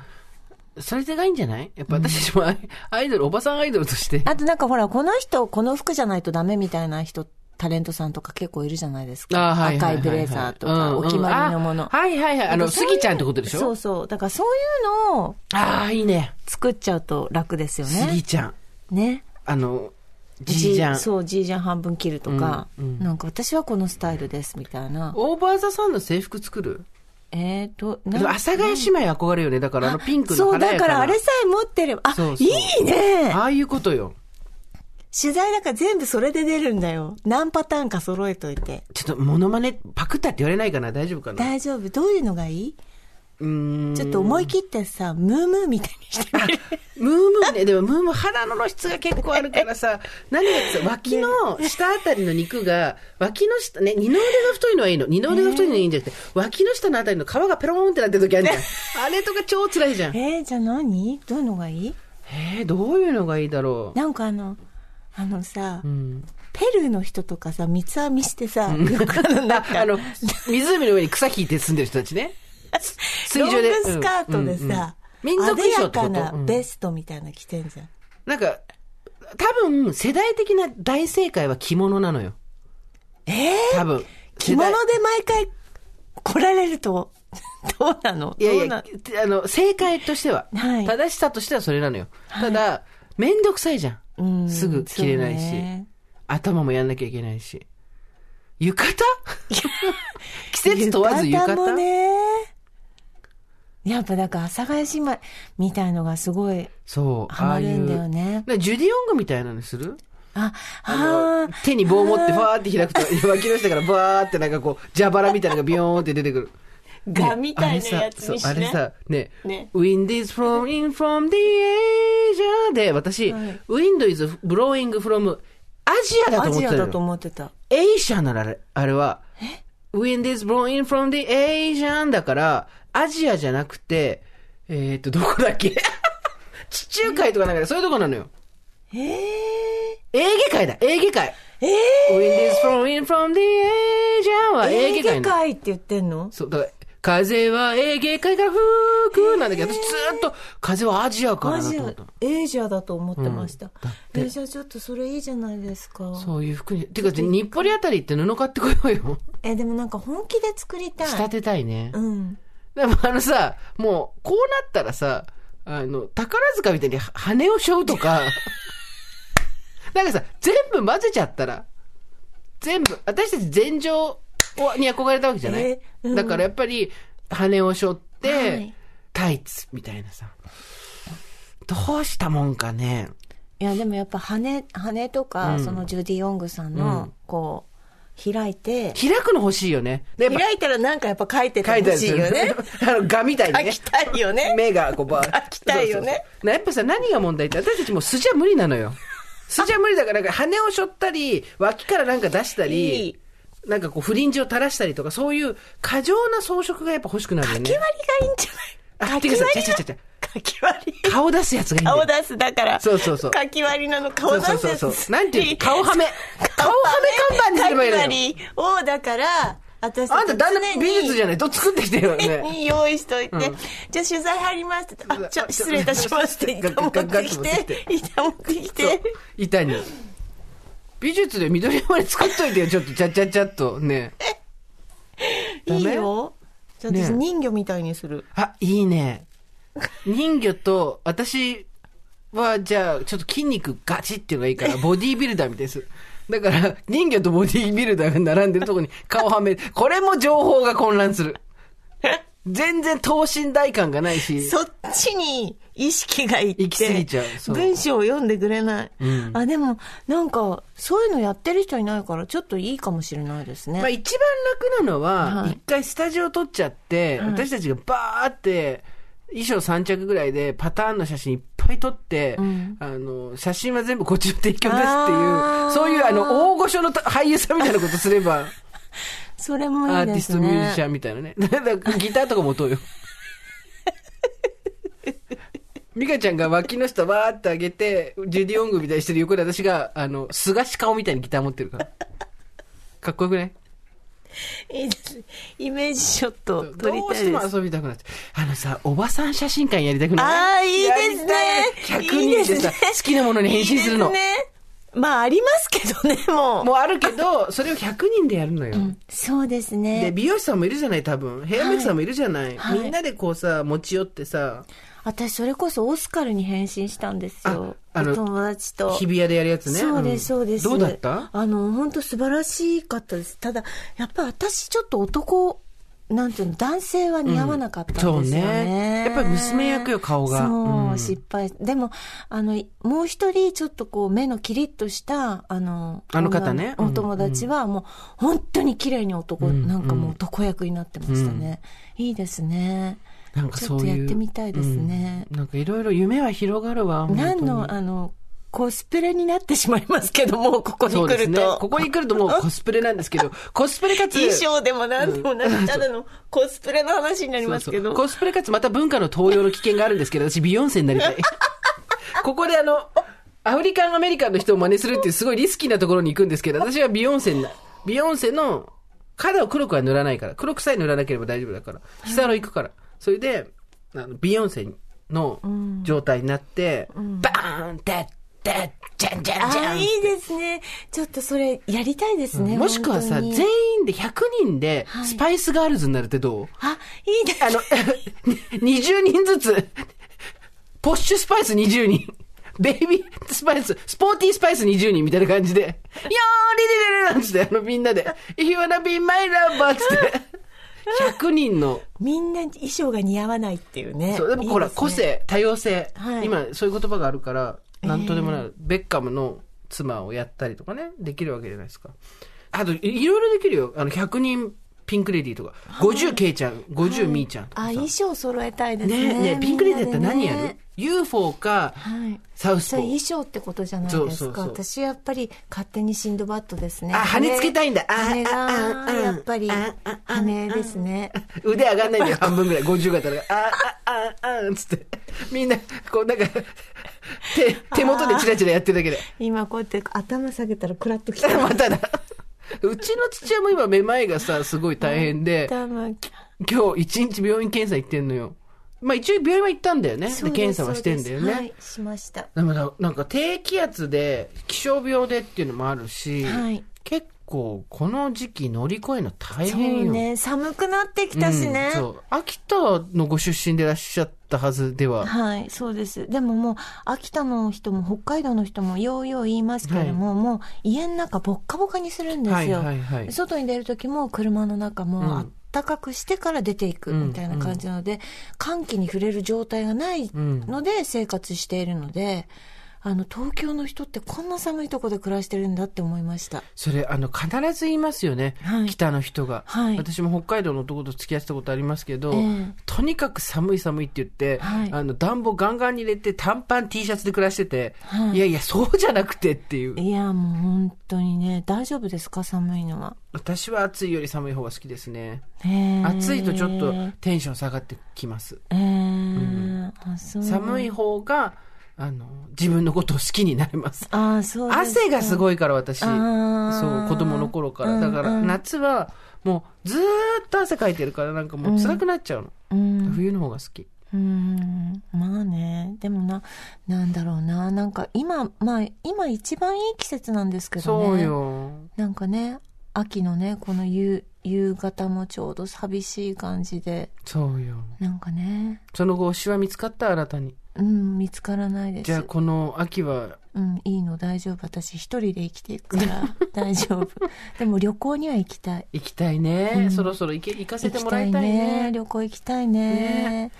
Speaker 2: それがいいんじゃないやっぱ私たちもアイアイドル、おばさんアイドルとして。
Speaker 3: あとなんかほら、この人、この服じゃないとダメみたいな人、タレントさんとか結構いるじゃないですか。
Speaker 2: あーはいはいはいはい
Speaker 3: 赤いブレザーと
Speaker 2: うん
Speaker 3: か、
Speaker 2: うん
Speaker 3: お決まりのもの。
Speaker 2: あはいはいはい。あ
Speaker 3: な
Speaker 2: の、
Speaker 3: かそ
Speaker 2: ス
Speaker 3: ういう
Speaker 2: ギちゃんってことでしょ
Speaker 3: そうそう。だからそういうのを
Speaker 2: ああ、いいね。
Speaker 3: 作っちゃうと楽ですよ
Speaker 2: スギ
Speaker 3: ね。
Speaker 2: ちゃん。
Speaker 3: ね。
Speaker 2: あの、じいちゃん。
Speaker 3: そう、じいじゃん半分切るとか、
Speaker 2: うんうん
Speaker 3: なんか私はこのスタイルですみたいな。
Speaker 2: オーバーザさんの制服作る
Speaker 3: えっ、と、
Speaker 2: で
Speaker 3: な
Speaker 2: も
Speaker 3: ん
Speaker 2: 阿佐ヶ谷姉妹憧れよね。だからあのピンクの
Speaker 3: そう、
Speaker 2: 華
Speaker 3: だ
Speaker 2: やか
Speaker 3: か
Speaker 2: な。
Speaker 3: らあれさえ持ってれば、あ、
Speaker 2: そうそう
Speaker 3: いいね
Speaker 2: ああいうことよ。
Speaker 3: 取材だから全部それで出るんだよ。何パターンか揃えといて。
Speaker 2: ちょっとモノマネパクったって言われないかな大丈夫かな
Speaker 3: 大丈夫どういうのがいい、
Speaker 2: うーん。
Speaker 3: ちょっと思い切ってさ、ムームーみたいにしてみる。
Speaker 2: ムームーね。でもムームー肌の露出が結構あるからさ、何がさ、脇の下あたりの肉が、脇の下、ね、二の腕が太いのはいいの。二の腕が太いのはいいんじゃなくて、脇の下のあたりの皮がペローンってなってる時あるじゃん。あれとか超辛いじゃん。え
Speaker 3: えー、じゃあ何どういうのがいい
Speaker 2: ー、どういうのがいいだろ
Speaker 3: なんかあの、あのさ、
Speaker 2: う。うん。
Speaker 3: ペルーの人とかさ、三つ編みしてさ、よくあの、なんか
Speaker 2: あの、湖の上に草引いて住んでる人た ちね。水上で。
Speaker 3: ロングスカートでさ、
Speaker 2: うんうん民族衣装ってこと
Speaker 3: 艶やか
Speaker 2: う
Speaker 3: な
Speaker 2: ん
Speaker 3: ベストみたいなの着てんじゃん。
Speaker 2: なんか、多分、世代的な大正解は着物なのよ。
Speaker 3: えー、
Speaker 2: 多分。
Speaker 3: 着物で毎回来られると、 どうなの
Speaker 2: いやい
Speaker 3: どうな
Speaker 2: や、あの、正解としては、
Speaker 3: はい
Speaker 2: 正しさとしてはそれなのよ。ただ、めんどくさいじゃ。
Speaker 3: うんん
Speaker 2: すぐ着れない
Speaker 3: そう
Speaker 2: し、
Speaker 3: ね
Speaker 2: 頭もやんなきゃいけないし。浴衣季節問わず浴衣
Speaker 3: もね。やっぱだから阿佐ヶ谷姉妹みたいのがすごい
Speaker 2: そう。
Speaker 3: ハマるんだよね。
Speaker 2: ああいう。ジュディ・オングみたいなのにする
Speaker 3: あ、
Speaker 2: あ
Speaker 3: あ
Speaker 2: の手に棒持ってバーって開くと、脇の下からバーってなんかこう、蛇腹みたいなのがビヨーンって出てくる。ね
Speaker 5: ガみたいなやつにし
Speaker 2: あれ
Speaker 5: ね
Speaker 2: さそうあれさ、ね、
Speaker 5: ね
Speaker 2: Wind is flowing from the Asia で、私、Wind is blowing from アジア
Speaker 3: ー
Speaker 2: だと
Speaker 3: ア
Speaker 2: 思っ
Speaker 3: ジ
Speaker 2: て
Speaker 3: ア
Speaker 2: た
Speaker 3: だと
Speaker 2: の。
Speaker 3: 思ってた。
Speaker 2: エイシャならあれ、あれは、Wind is blowing from the Asian だから、アジアじゃなくて、えっと、どこだっけ 地中海とかなんかねそういうとこなのよ。
Speaker 3: えー、
Speaker 2: エーゲ海だ、エーゲ海。
Speaker 3: え
Speaker 2: Wind is flowing from the Asia は
Speaker 3: ー、
Speaker 2: エーゲ
Speaker 3: 映
Speaker 2: 海
Speaker 3: 画
Speaker 2: なの。
Speaker 3: 界って言ってんの
Speaker 2: そう、だから、風はエーゲ海から吹くなんだけど、私ずーっと、風はアジアから
Speaker 3: ア
Speaker 2: だと
Speaker 3: ジ
Speaker 2: 思っ
Speaker 3: ア
Speaker 2: たの、
Speaker 3: エイジアだと思ってました。
Speaker 2: て
Speaker 3: えーじゃあちょっとそれいいじゃないですか。
Speaker 2: そういう服に。てか、日暮里あたりって布買ってこようよ。
Speaker 3: えーでもなんか本気で作りた
Speaker 2: 仕立
Speaker 3: い。
Speaker 2: てたいね。
Speaker 3: うん。
Speaker 2: でもあのさ、もう、こうなったらさ、あの、宝塚みたいには羽を背負うとか、 なんかさ、全部混ぜちゃったら、全部、私たち全情をに憧れたわけじゃない、
Speaker 3: えうん
Speaker 2: だからやっぱり、羽を背負って、
Speaker 3: はい
Speaker 2: タイツみたいなさ、どうしたもんかね。
Speaker 3: いやでもやっぱ羽羽とか、
Speaker 2: うん
Speaker 3: そのジュディ・オングさん
Speaker 2: う
Speaker 3: の、
Speaker 2: ん
Speaker 3: こう開いて
Speaker 2: 開くの欲しいよね。でやっぱ
Speaker 3: 開いたらなんかやっぱ書いてて
Speaker 2: 書いてあ
Speaker 3: ほ
Speaker 2: るんで
Speaker 3: し
Speaker 2: す
Speaker 3: いよね。
Speaker 2: あの、画みたいに
Speaker 3: 書
Speaker 2: ね
Speaker 3: き。たいよ ね
Speaker 2: 目がこうバーッ
Speaker 3: 書きたいよね
Speaker 2: そうそうそうやっぱさ何が問題って私たちもう素じゃ無理なのよ素じゃ無理だからなんか羽をしょったり脇からなんか出したり
Speaker 3: いい
Speaker 2: なんかこうフリンジを垂らしたりとかそういう過剰な装飾がやっぱ欲しくなるよ
Speaker 3: 書き
Speaker 2: ね
Speaker 3: 割りがいいんじゃない
Speaker 2: あてかさ
Speaker 3: 書き割り
Speaker 2: ちゃちゃちゃち
Speaker 3: 書き割り
Speaker 2: ゃ顔出すやつがいいんだよ
Speaker 3: 顔出すだから
Speaker 2: そうそうそう
Speaker 3: 書き割りなの顔
Speaker 2: そう
Speaker 3: 出す
Speaker 2: そう
Speaker 3: やつ
Speaker 2: そうそうな んていうの顔はめ顔はめ看板にすればいい
Speaker 3: 書
Speaker 2: のよ
Speaker 3: き割りをだから私
Speaker 2: あんただんだん美術じ
Speaker 3: ゃ
Speaker 2: ゃないと作ってきてよ ね
Speaker 3: に用意しといて、じゃあ取材入りますってあじゃあ失礼いたしますって一旦持ってき
Speaker 2: ガッガッガッ
Speaker 3: て一旦持ってきて
Speaker 2: 板に美術で緑山で作っといてよちょっとちゃちゃちゃっとねダメ
Speaker 3: いいよじゃあ私
Speaker 2: ね
Speaker 3: 人魚みたいにする、
Speaker 2: あ、いいね。人魚と、私は、じゃあ、ちょっと筋肉ガチっていうのがいいから、ボディービルダーみたいです。だから、人魚とボディービルダーが並んでるとこに顔はめ、これも情報が混乱する。全然等身大感がないし。
Speaker 3: そっちに意識がいって
Speaker 2: 行き過ぎちゃうそう
Speaker 3: 文章を読んでくれない、
Speaker 2: ん
Speaker 3: あでもなんかそういうのやってる人いないからちょっといいかもしれないですね、
Speaker 2: まあ一番楽なのは、
Speaker 3: はい
Speaker 2: 一回スタジオ撮っちゃって、私たちがバーって、衣装3着ぐらいでパターンの写真いっぱい撮って、あの、写真は全部こっちの提供ですってい
Speaker 3: あー
Speaker 2: う、そういうあの、大御所のた 俳優さんみたいなことすれば、
Speaker 3: それも
Speaker 2: ア
Speaker 3: い
Speaker 2: ー
Speaker 3: い
Speaker 2: ティ
Speaker 3: で
Speaker 2: ス
Speaker 3: す
Speaker 2: トミュー
Speaker 3: ね
Speaker 2: ジシャンみたいなね。 だからギターとかも音よ。 ミカちゃんが脇の下わーって上げて、ジュディ・オングみたいにしてる横で私が、あの、菅氏顔みたいにギター持ってるから。かっこよくない
Speaker 3: いいですイメージショット撮り
Speaker 2: どう
Speaker 3: た
Speaker 2: し
Speaker 3: い
Speaker 2: て
Speaker 3: で
Speaker 2: も
Speaker 3: す
Speaker 2: 遊びたくなっちゃう。あのさ、おばさん写真館やりたくない
Speaker 3: ああいいですね
Speaker 2: やりたい100人でさ
Speaker 3: いいですね
Speaker 2: 好きなものに変身するの
Speaker 3: いいですねまあありますけどねもう
Speaker 2: もうあるけど、それを100人でやるのよ。
Speaker 3: そうです
Speaker 2: で、
Speaker 3: ね
Speaker 2: 美容師さんもいるじゃない、多分。ヘアメイクさんもいるじゃない。
Speaker 3: はい
Speaker 2: みんなでこうさ、持ち寄ってさ、
Speaker 3: 私それこそオスカルに変身したんですよ
Speaker 2: ああ
Speaker 3: お
Speaker 2: の
Speaker 3: 友達と
Speaker 2: 日比谷でやるやつね。
Speaker 3: そうです、
Speaker 2: ん
Speaker 3: そうです。
Speaker 2: どうだった
Speaker 3: あの、本当素晴らしかったです。ただ、やっぱ私ちょっと男、なんていうの、男性は似合わなかったんですよね。
Speaker 2: うんそうねやっぱり娘役よ顔が
Speaker 3: そう、
Speaker 2: うん
Speaker 3: 失敗。でも、あの、もう一人ちょっとこう目のキリッとした、あの、
Speaker 2: あの方ね
Speaker 3: 女お友達はもう本当に綺麗に男、
Speaker 2: うん
Speaker 3: なんかもう男役になってましたね。いいですね。
Speaker 2: なんかそうい
Speaker 3: ち
Speaker 2: う。
Speaker 3: ょっとやってみたいですね
Speaker 2: うんなんかいろいろ夢は広がるわ。本当に
Speaker 3: 何の、あの、コスプレになってしまいますけども、ここに
Speaker 2: そう
Speaker 3: 来
Speaker 2: です
Speaker 3: る
Speaker 2: ね。
Speaker 3: と。
Speaker 2: ここに来るともうコスプレなんですけど、コスプレかつ、
Speaker 3: 衣装でも何でもなく、ただのコスプレの話になりますけ
Speaker 2: そう
Speaker 3: ど。
Speaker 2: そうコスプレかつまた文化の盗用の危険があるんですけど、私ビヨンセに なりたい。ここであの、アフリカンアメリカンの人を真似するっていうすごいリスキーなところに行くんですけど、私はビヨンセにな、ビヨンセの肌を黒くは塗らないから、黒くさえ塗らなければ大丈夫だから、ヒサロ行くから。それで、あのビヨンセの状態になって、バーン、デッ、デッ、ジャンジャンジ
Speaker 3: あ
Speaker 2: ャ
Speaker 3: あ、
Speaker 2: ン
Speaker 3: いいですね。ちょっとそれやりたいですね。
Speaker 2: もしくはさ、
Speaker 3: 本当に
Speaker 2: 全員で100人で、
Speaker 3: い
Speaker 2: スパイスガールズになるってどう、
Speaker 3: あ、いいです
Speaker 2: あの、20人ずつ、ポッシュスパイス20人、ベイビースパイス、スポーティースパイス20人みたいな感じで、よーりりりりなんつって、あのみんなで、If you wanna be my lover っつって、 100人の
Speaker 3: みんな衣装が似合わないっていうね。
Speaker 2: そうでもほら
Speaker 3: いいですね
Speaker 2: 個。性多様性、
Speaker 3: はい
Speaker 2: 今そういう言葉があるから何とでもなる、ベッカムの妻をやったりとかねできるわけじゃないですかあといいろいろできるよあの100人ピンクレディーとか50ケイちゃん50ミーちゃんとか
Speaker 3: あ、
Speaker 2: さ、
Speaker 3: 衣装揃えたいです
Speaker 2: ね
Speaker 3: ね。
Speaker 2: えねえピンクレディーって何
Speaker 3: みん
Speaker 2: や
Speaker 3: な
Speaker 2: る、
Speaker 3: でね
Speaker 2: ?UFO か
Speaker 3: はい。
Speaker 2: サウス
Speaker 3: そ
Speaker 2: ポ
Speaker 3: れ衣
Speaker 2: ー
Speaker 3: 装ってことじゃないですか。
Speaker 2: そうそうそう
Speaker 3: 私やっぱり勝手にシンドバッドですね。
Speaker 2: あ羽つけたいんだあ
Speaker 3: 羽
Speaker 2: ああ
Speaker 3: が、やっぱり
Speaker 2: ああ、あ
Speaker 3: 羽ですね。
Speaker 2: 腕上がんないん だよ半分ぐらい50がたらあああああつってみんなこうなんか手手元でチラチラやってるだけで
Speaker 3: 今こうやって頭下げたらクラッときた。
Speaker 2: まただ。うちの父親も今めまいがさ、すごい大変で、
Speaker 3: 頭
Speaker 2: 今日一日病院検査行ってんのよ。まあ一応病院は行ったんだよね。で検査はしてんだよね。
Speaker 3: はい、しました。
Speaker 2: でもななんか低気圧で、気象病でっていうのもあるし、
Speaker 3: はい
Speaker 2: 結構この時期乗り越えるの大
Speaker 3: そう
Speaker 2: 変よ。
Speaker 3: ね、寒くなってきたしね。
Speaker 2: うんそう。秋田のご出身でいらっしゃったはずでは、
Speaker 3: はい、そうです。でももう、秋田の人も北海道の人もようよう言いますけれども、もう家の中ぼっかぼかにするんですよ。
Speaker 2: はいはいはい
Speaker 3: 外に出る時も車の中
Speaker 2: うん
Speaker 3: もあったかくしてから出ていくみたいな感じなので、寒気に触れる状態がないので生活しているので、あの、東京の人ってこんな寒いとこで暮らしてるんだって思いました。
Speaker 2: それ、あの、必ず言いますよね。
Speaker 3: はい
Speaker 2: 北の人が、
Speaker 3: はい
Speaker 2: 私も北海道の男と付き合ってたことありますけど、
Speaker 3: ええ
Speaker 2: とにかく寒い寒いって言って、
Speaker 3: はい
Speaker 2: あの、暖房ガンガンに入れて短パン T シャツで暮らしてて、
Speaker 3: はい
Speaker 2: い、やいや、そうじゃなくてっていう。
Speaker 3: いや、もう本当にね、大丈夫ですか寒いのは。
Speaker 2: 私は暑いより寒い方が好きですね。
Speaker 3: へー
Speaker 2: 暑いとちょっとテンション下がってきます。
Speaker 3: えーあそう
Speaker 2: 寒い方が、あの、自分のことを好きになれます。
Speaker 3: ああそうです
Speaker 2: 汗がすごいから私。
Speaker 3: あ
Speaker 2: そう、
Speaker 3: ー
Speaker 2: 子供の頃か
Speaker 3: う
Speaker 2: ら。
Speaker 3: ん
Speaker 2: だから
Speaker 3: うん
Speaker 2: 夏は、もうずーっと汗かいてるからなんかもう辛くなっちゃうの。
Speaker 3: うん
Speaker 2: 冬の方が好き。
Speaker 3: うんまあねでもななんだろうななんか今まあ今一番いい季節なんですけどね
Speaker 2: そうよ。
Speaker 3: なんかね秋のねこの夕夕方もちょうど寂しい感じで
Speaker 2: そうよ。
Speaker 3: なんかね
Speaker 2: その後、詩は見つかった新たに。
Speaker 3: うん見つからないです
Speaker 2: じゃあ、この秋は、
Speaker 3: うんいいの大丈夫私一人で生きていくから大丈夫でも旅行には行きたい
Speaker 2: 行きたいね。そろそろ行け行かせてもらいたいね。
Speaker 3: 旅行行きたいね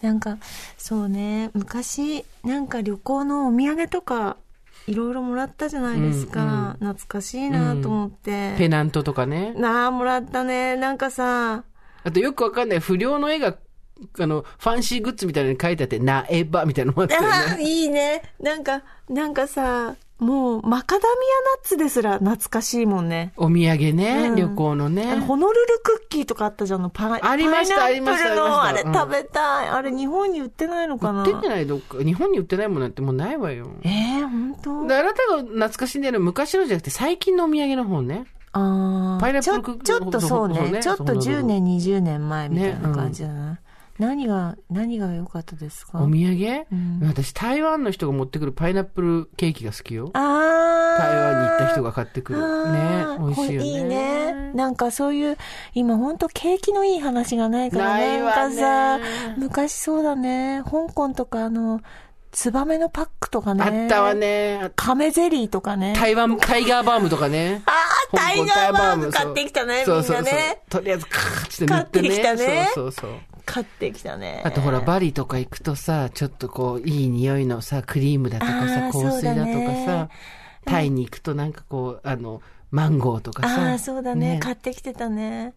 Speaker 3: なんかそうね昔なんか旅行のお土産とかいろいろもらったじゃないですか、懐かしいなと思って、
Speaker 2: ペナントとかね。
Speaker 3: なあもらったねなんかさ
Speaker 2: あと、よくわかんない不良の絵が、あの、ファンシーグッズみたいなのに書いてあって、なえばみたいなのもあったよ
Speaker 3: あ
Speaker 2: ね。
Speaker 3: いいねなんかなんかさもうマカダミアナッツですら懐かしいもんね
Speaker 2: お土産ね、
Speaker 3: うん
Speaker 2: 旅行の
Speaker 3: あの
Speaker 2: ね。
Speaker 3: ホノルルクッキーとかあったじゃんあのパイ
Speaker 2: ありました
Speaker 3: パイナップルの
Speaker 2: あ
Speaker 3: あれ
Speaker 2: りましたありました
Speaker 3: 食べたい、あれ日本に売ってないのか
Speaker 2: 売
Speaker 3: な
Speaker 2: ってんじゃないどっか。日本に売ってないものなんてもうないわよ。
Speaker 3: えー、本当
Speaker 2: であなたが懐かしんでるのは昔のじゃなくて、最近のお土産の方ね。
Speaker 3: あ
Speaker 2: パイナ
Speaker 3: あ、
Speaker 2: ップ
Speaker 3: ち
Speaker 2: ル
Speaker 3: ょ
Speaker 2: クッキー
Speaker 3: ちょっとそう
Speaker 2: そう
Speaker 3: ね
Speaker 2: ね
Speaker 3: ちょっと
Speaker 2: そうそう
Speaker 3: 10年20年前みたいな感じだな、何が何が良かったですか
Speaker 2: お土産、
Speaker 3: うん
Speaker 2: 私、台湾の人が持ってくるパイナップルケーキが好きよ。
Speaker 3: ああ
Speaker 2: 台湾に行った人
Speaker 3: が
Speaker 2: が買ってくる。ね
Speaker 3: あー。
Speaker 2: 美味しいよね。
Speaker 3: これいいねなんかそういう今本当景気のいい話がないから
Speaker 2: ない
Speaker 3: ね
Speaker 2: わね
Speaker 3: なんかさ昔そうだね香港とかあのツバメのパックとかね
Speaker 2: あったわね。
Speaker 3: カメゼリーとかね
Speaker 2: 台湾、タイガーバームとかね。
Speaker 3: ああ
Speaker 2: 香
Speaker 3: タイ
Speaker 2: 港
Speaker 3: ガーバーム
Speaker 2: そう
Speaker 3: 買ってきたねみん
Speaker 2: そ
Speaker 3: な
Speaker 2: う
Speaker 3: ね
Speaker 2: そうそう。とりあえず、カーッて塗っ
Speaker 3: 買
Speaker 2: てね。
Speaker 3: ってきたね
Speaker 2: そうそうそう。
Speaker 3: 買ってきたね
Speaker 2: あとほら、バリとか行くとさ、ちょっとこう、いい匂いのさ、クリームだとかさ
Speaker 3: あ、ー
Speaker 2: 香水だとか
Speaker 3: そうだ
Speaker 2: さ
Speaker 3: ね、
Speaker 2: タイに行くとなんかこう、あの、マンゴーとかさ。
Speaker 3: ああそうだね買ってきてたね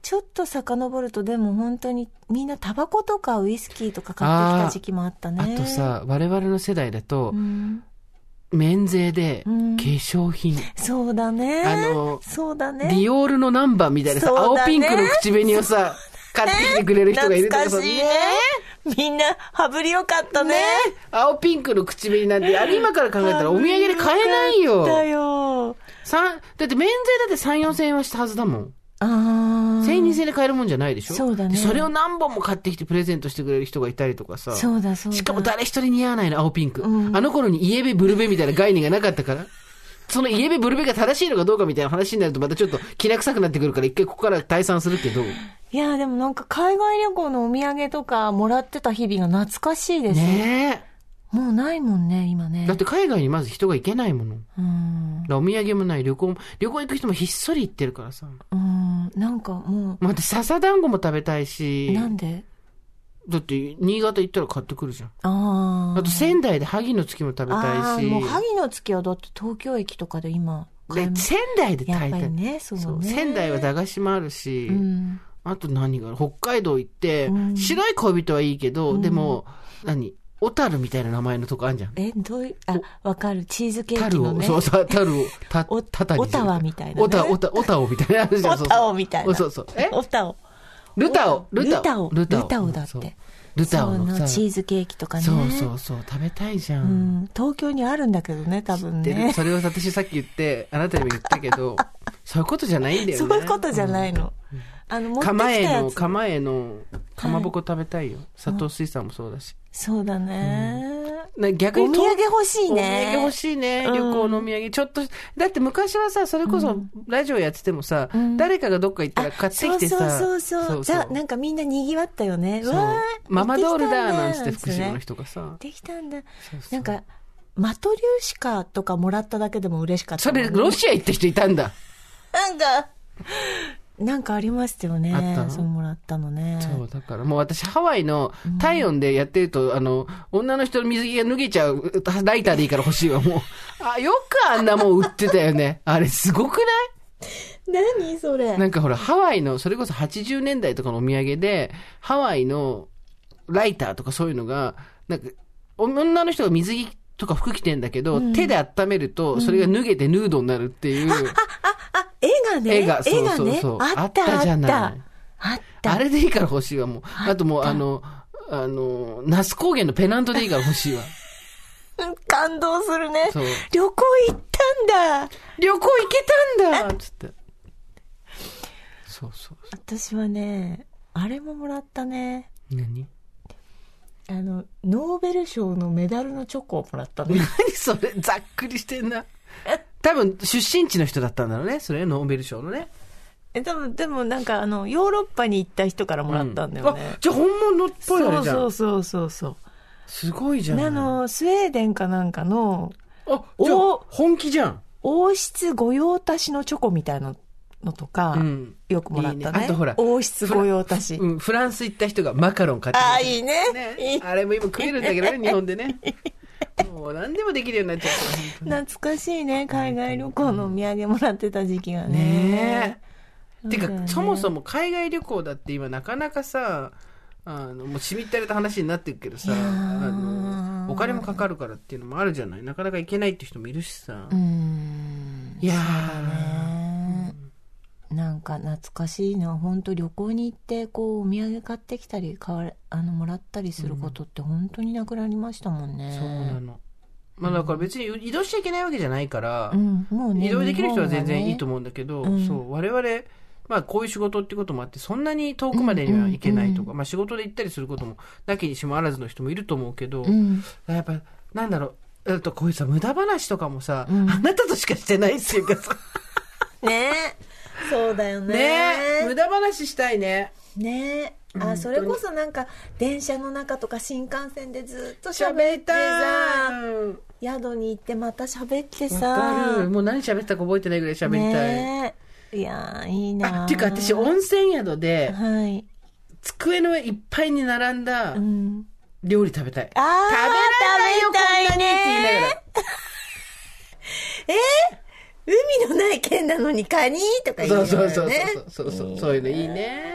Speaker 3: ちょっと遡るとでも本当にみんなタバコとかウイスキーとか買ってきた時期もあった
Speaker 2: あ
Speaker 3: ね
Speaker 2: とさ、我々の世代だと
Speaker 3: う、ん
Speaker 2: 免税で、化
Speaker 3: うん
Speaker 2: 粧品。
Speaker 3: そうだね
Speaker 2: あの
Speaker 3: そうだ
Speaker 2: デ
Speaker 3: ね
Speaker 2: ィオールのナンバーみたいなさ、
Speaker 3: そうだね
Speaker 2: 青ピンクの口紅をさ、買ってきてくれる人がいる
Speaker 3: 懐か
Speaker 2: んだけど
Speaker 3: しいねみんな羽振りよかったね
Speaker 2: 青ピンクの口紅なんて、あれ今から考えたらお土産で買えないよ。
Speaker 3: だよ
Speaker 2: 三だって免税だって3、4千円はしたはずだもん。
Speaker 3: あー
Speaker 2: 千円、2千円で買えるもんじゃないでしょ
Speaker 3: そうだね
Speaker 2: でそれを何本も買ってきてプレゼントしてくれる人がいたりとかさ。
Speaker 3: そうだそうだ
Speaker 2: しかも誰一人似合わないの、青ピンク。
Speaker 3: うん
Speaker 2: あの頃にイエベブルベみたいな概念がなかったから。そのイエベブルベが正しいのかどうかみたいな話になるとまたちょっときな臭くなってくるから一回ここから退散するけど。
Speaker 3: いやでもなんか海外旅行のお土産とかもらってた日々が懐かしいです、
Speaker 2: ねえ。
Speaker 3: もうないもんね今ね
Speaker 2: だって海外にまず人が行けないもの。だか
Speaker 3: うん
Speaker 2: らお土産もない、旅行も、旅行行く人もひっそり行ってるからさ。
Speaker 3: うんなんかも、
Speaker 2: まあ、私、笹団子も食べたいうし、
Speaker 3: なんで
Speaker 2: だって、新潟行ったら買ってくるじゃん。
Speaker 3: ああ。
Speaker 2: あと、仙台で萩の月も食べ
Speaker 3: あ
Speaker 2: たい
Speaker 3: あ
Speaker 2: し、
Speaker 3: もう萩の月はだって東京駅とかで今買え
Speaker 2: ね
Speaker 3: ます
Speaker 2: 仙台で
Speaker 3: やっ
Speaker 2: 炊い
Speaker 3: ぱり
Speaker 2: たい。
Speaker 3: ねそうね
Speaker 2: そう仙台は駄菓子もあるし、
Speaker 3: うん
Speaker 2: あと何がある北海道行って、
Speaker 3: うん
Speaker 2: 白い恋人はいいけど、
Speaker 3: うん
Speaker 2: でも、何小樽みたいな名前のとこあんじゃん。
Speaker 3: えどういうあわかるチーズケーキ
Speaker 2: 樽
Speaker 3: の
Speaker 2: を、
Speaker 3: ね
Speaker 2: そうそう、樽を、た、
Speaker 3: お
Speaker 2: たたに
Speaker 3: オタワみたいなね
Speaker 2: おた、おた、おたおみたいなのあるじゃん。
Speaker 3: オタオみたいな
Speaker 2: そうそう。そうそうえ
Speaker 3: オタオ
Speaker 2: ルタオ、ルタオ、
Speaker 3: ルタオルタオだって
Speaker 2: そうルタオ
Speaker 3: そう
Speaker 2: のさ
Speaker 3: のチーズケーキとかね
Speaker 2: そうそうそう、食べたいじゃ。
Speaker 3: うんん東京にあるんだけどね多分
Speaker 2: で
Speaker 3: ね
Speaker 2: それを私さっき言って、あなたにも言った けど、そういうことじゃないんだよね。
Speaker 3: そういうことじゃないのあの持ってき
Speaker 2: 釜
Speaker 3: た
Speaker 2: え
Speaker 3: や
Speaker 2: の、
Speaker 3: つ
Speaker 2: 釜えの、かまぼこ食べたいよ。砂糖水産もそうだし。
Speaker 3: そうだね
Speaker 2: な
Speaker 3: お
Speaker 2: 逆
Speaker 3: 土
Speaker 2: に
Speaker 3: 産
Speaker 2: と
Speaker 3: 欲しい
Speaker 2: お土産欲
Speaker 3: ね
Speaker 2: しいね。
Speaker 3: うん
Speaker 2: 旅行のお土産。ちょっと、だって昔はさ、それこそ、ラジオやっててもさ、誰かがどっか行ったら買って
Speaker 3: そ
Speaker 2: き
Speaker 3: う
Speaker 2: てさ、
Speaker 3: そうそうそうじゃなんかみんなにぎわったよねう
Speaker 2: そう
Speaker 3: わー
Speaker 2: ママドールだーな
Speaker 3: 持
Speaker 2: ん
Speaker 3: きた
Speaker 2: つ
Speaker 3: ん
Speaker 2: って
Speaker 3: だ
Speaker 2: 福島の
Speaker 3: ね
Speaker 2: 人がさ、
Speaker 3: できたんだ
Speaker 2: そうそう
Speaker 3: なんかマトリューシカとかもらっただけでも嬉しかった
Speaker 2: そ
Speaker 3: もんね
Speaker 2: れ、ロシア行った人いたんだ。
Speaker 3: なんかなんかありましたよね
Speaker 2: あったの
Speaker 3: そうもらったのね
Speaker 2: そう、だからもう私、ハワイの体温でやってると、あの、女の人の水着が脱げちゃう、ライターでいいから欲しい わ、もう。あ、よくあんなもん売ってたよね。あれ、すごくない
Speaker 3: 何それ
Speaker 2: なんかほら、ハワイの、それこそ80年代とかのお土産で、ハワイのライターとかそういうのが、なんか、お女の人が水着とか服着てんだけど、手で温めると、それが脱げてヌードになるっていう、
Speaker 3: あ絵がね
Speaker 2: 絵がそうそうそ
Speaker 3: ね
Speaker 2: う
Speaker 3: あっ
Speaker 2: あったたじ
Speaker 3: あ
Speaker 2: ゃ
Speaker 3: っ
Speaker 2: ない
Speaker 3: たあった
Speaker 2: あれでいいから欲しいわ、もう。あともう、あの、あの、那須高原のペナントでいいから欲し いわ。
Speaker 3: うん感動するね
Speaker 2: そう
Speaker 3: 旅行行ったんだ
Speaker 2: 旅行行けたんだつって。そうそうそ
Speaker 3: 私はねあれももらったね
Speaker 2: う。何
Speaker 3: あのノーベル賞のメダルのチョコをもらったの
Speaker 2: 何それざっくりしてんな。多分、出身地の人だったんだろうね。それ、ノーベル賞のね。
Speaker 3: え多分でもなんかあのヨーロッパに行った人からもらったんだよね、
Speaker 2: あじゃあ本物っぽいあれじゃん。
Speaker 3: そうそうそうそう
Speaker 2: すごい
Speaker 3: そ
Speaker 2: じゃ。
Speaker 3: うんあのスウェーデンかなんかの
Speaker 2: あ、じゃあ
Speaker 3: お
Speaker 2: 本気じゃん。
Speaker 3: 王室御用達のチョコみたいなのとか、
Speaker 2: うん
Speaker 3: よくもらったね
Speaker 2: いいねあとほら
Speaker 3: 王室御用達、
Speaker 2: うん、フランス行った人がマカロン買ってきた
Speaker 3: ああいいねいい
Speaker 2: あれも今食えるんだけどね、日本でね。もう何でもできるようになっちゃっ
Speaker 3: 懐かしいね海外旅行のお土産もらってた時期が
Speaker 2: た。
Speaker 3: ね
Speaker 2: ねえ。て
Speaker 3: そうだよ
Speaker 2: か、
Speaker 3: ね
Speaker 2: そもそも海外旅行だって今なかなかさ、あの、もうしみったれた話になってるけどさ、
Speaker 3: いやー
Speaker 2: あの、お金もかかるからっていうのもあるじゃない。なかなか行けないって人もいるしさ。
Speaker 3: うーん
Speaker 2: いや
Speaker 3: そうだねなんか懐かしいな本当旅行に行ってこうお土産買ってきたり買われあのもらったりすることって本当になくなりましたもんね、
Speaker 2: そうなの。まあだから別に移動しちゃいけないわけじゃないから、
Speaker 3: うん、もうね
Speaker 2: 移動できる人は全然いいと
Speaker 3: 思
Speaker 2: 思うんだけど、
Speaker 3: うん
Speaker 2: そう我々、まあ、こういう仕事ってこともあってそんなに遠くまでには行けないとか、
Speaker 3: うんうん
Speaker 2: まあ、仕事で行ったりすることもなきにしもあらずの人もいると思うけど、
Speaker 3: うん、
Speaker 2: やっぱなんだろうあとこういうさ無駄話とかもさ、
Speaker 3: ん
Speaker 2: あなたとしかしてないっていう かさ
Speaker 3: ねえそうだよ
Speaker 2: ねえ無駄話したいね
Speaker 3: ねえあそれこそなんか電車の中とか新幹線でずっと喋
Speaker 2: 喋
Speaker 3: っ
Speaker 2: り
Speaker 3: て
Speaker 2: た
Speaker 3: さ
Speaker 2: いうん
Speaker 3: 宿に行ってまた喋って
Speaker 2: わ
Speaker 3: さ
Speaker 2: かるもう何喋ったか覚えてないぐらい喋りたい、
Speaker 3: ねえいやーいいな
Speaker 2: あっていうか私温泉宿で
Speaker 3: はい、
Speaker 2: 机の上いっぱいに並んだ
Speaker 3: うん、
Speaker 2: 料理食べたい、
Speaker 3: あー
Speaker 2: 食べられないよ
Speaker 3: 食べたいね
Speaker 2: こんなにって言いながら
Speaker 3: 海のない県なのにカニとか言いな
Speaker 2: そう
Speaker 3: が
Speaker 2: そう
Speaker 3: らね
Speaker 2: そうそうそうそうそういうのいいね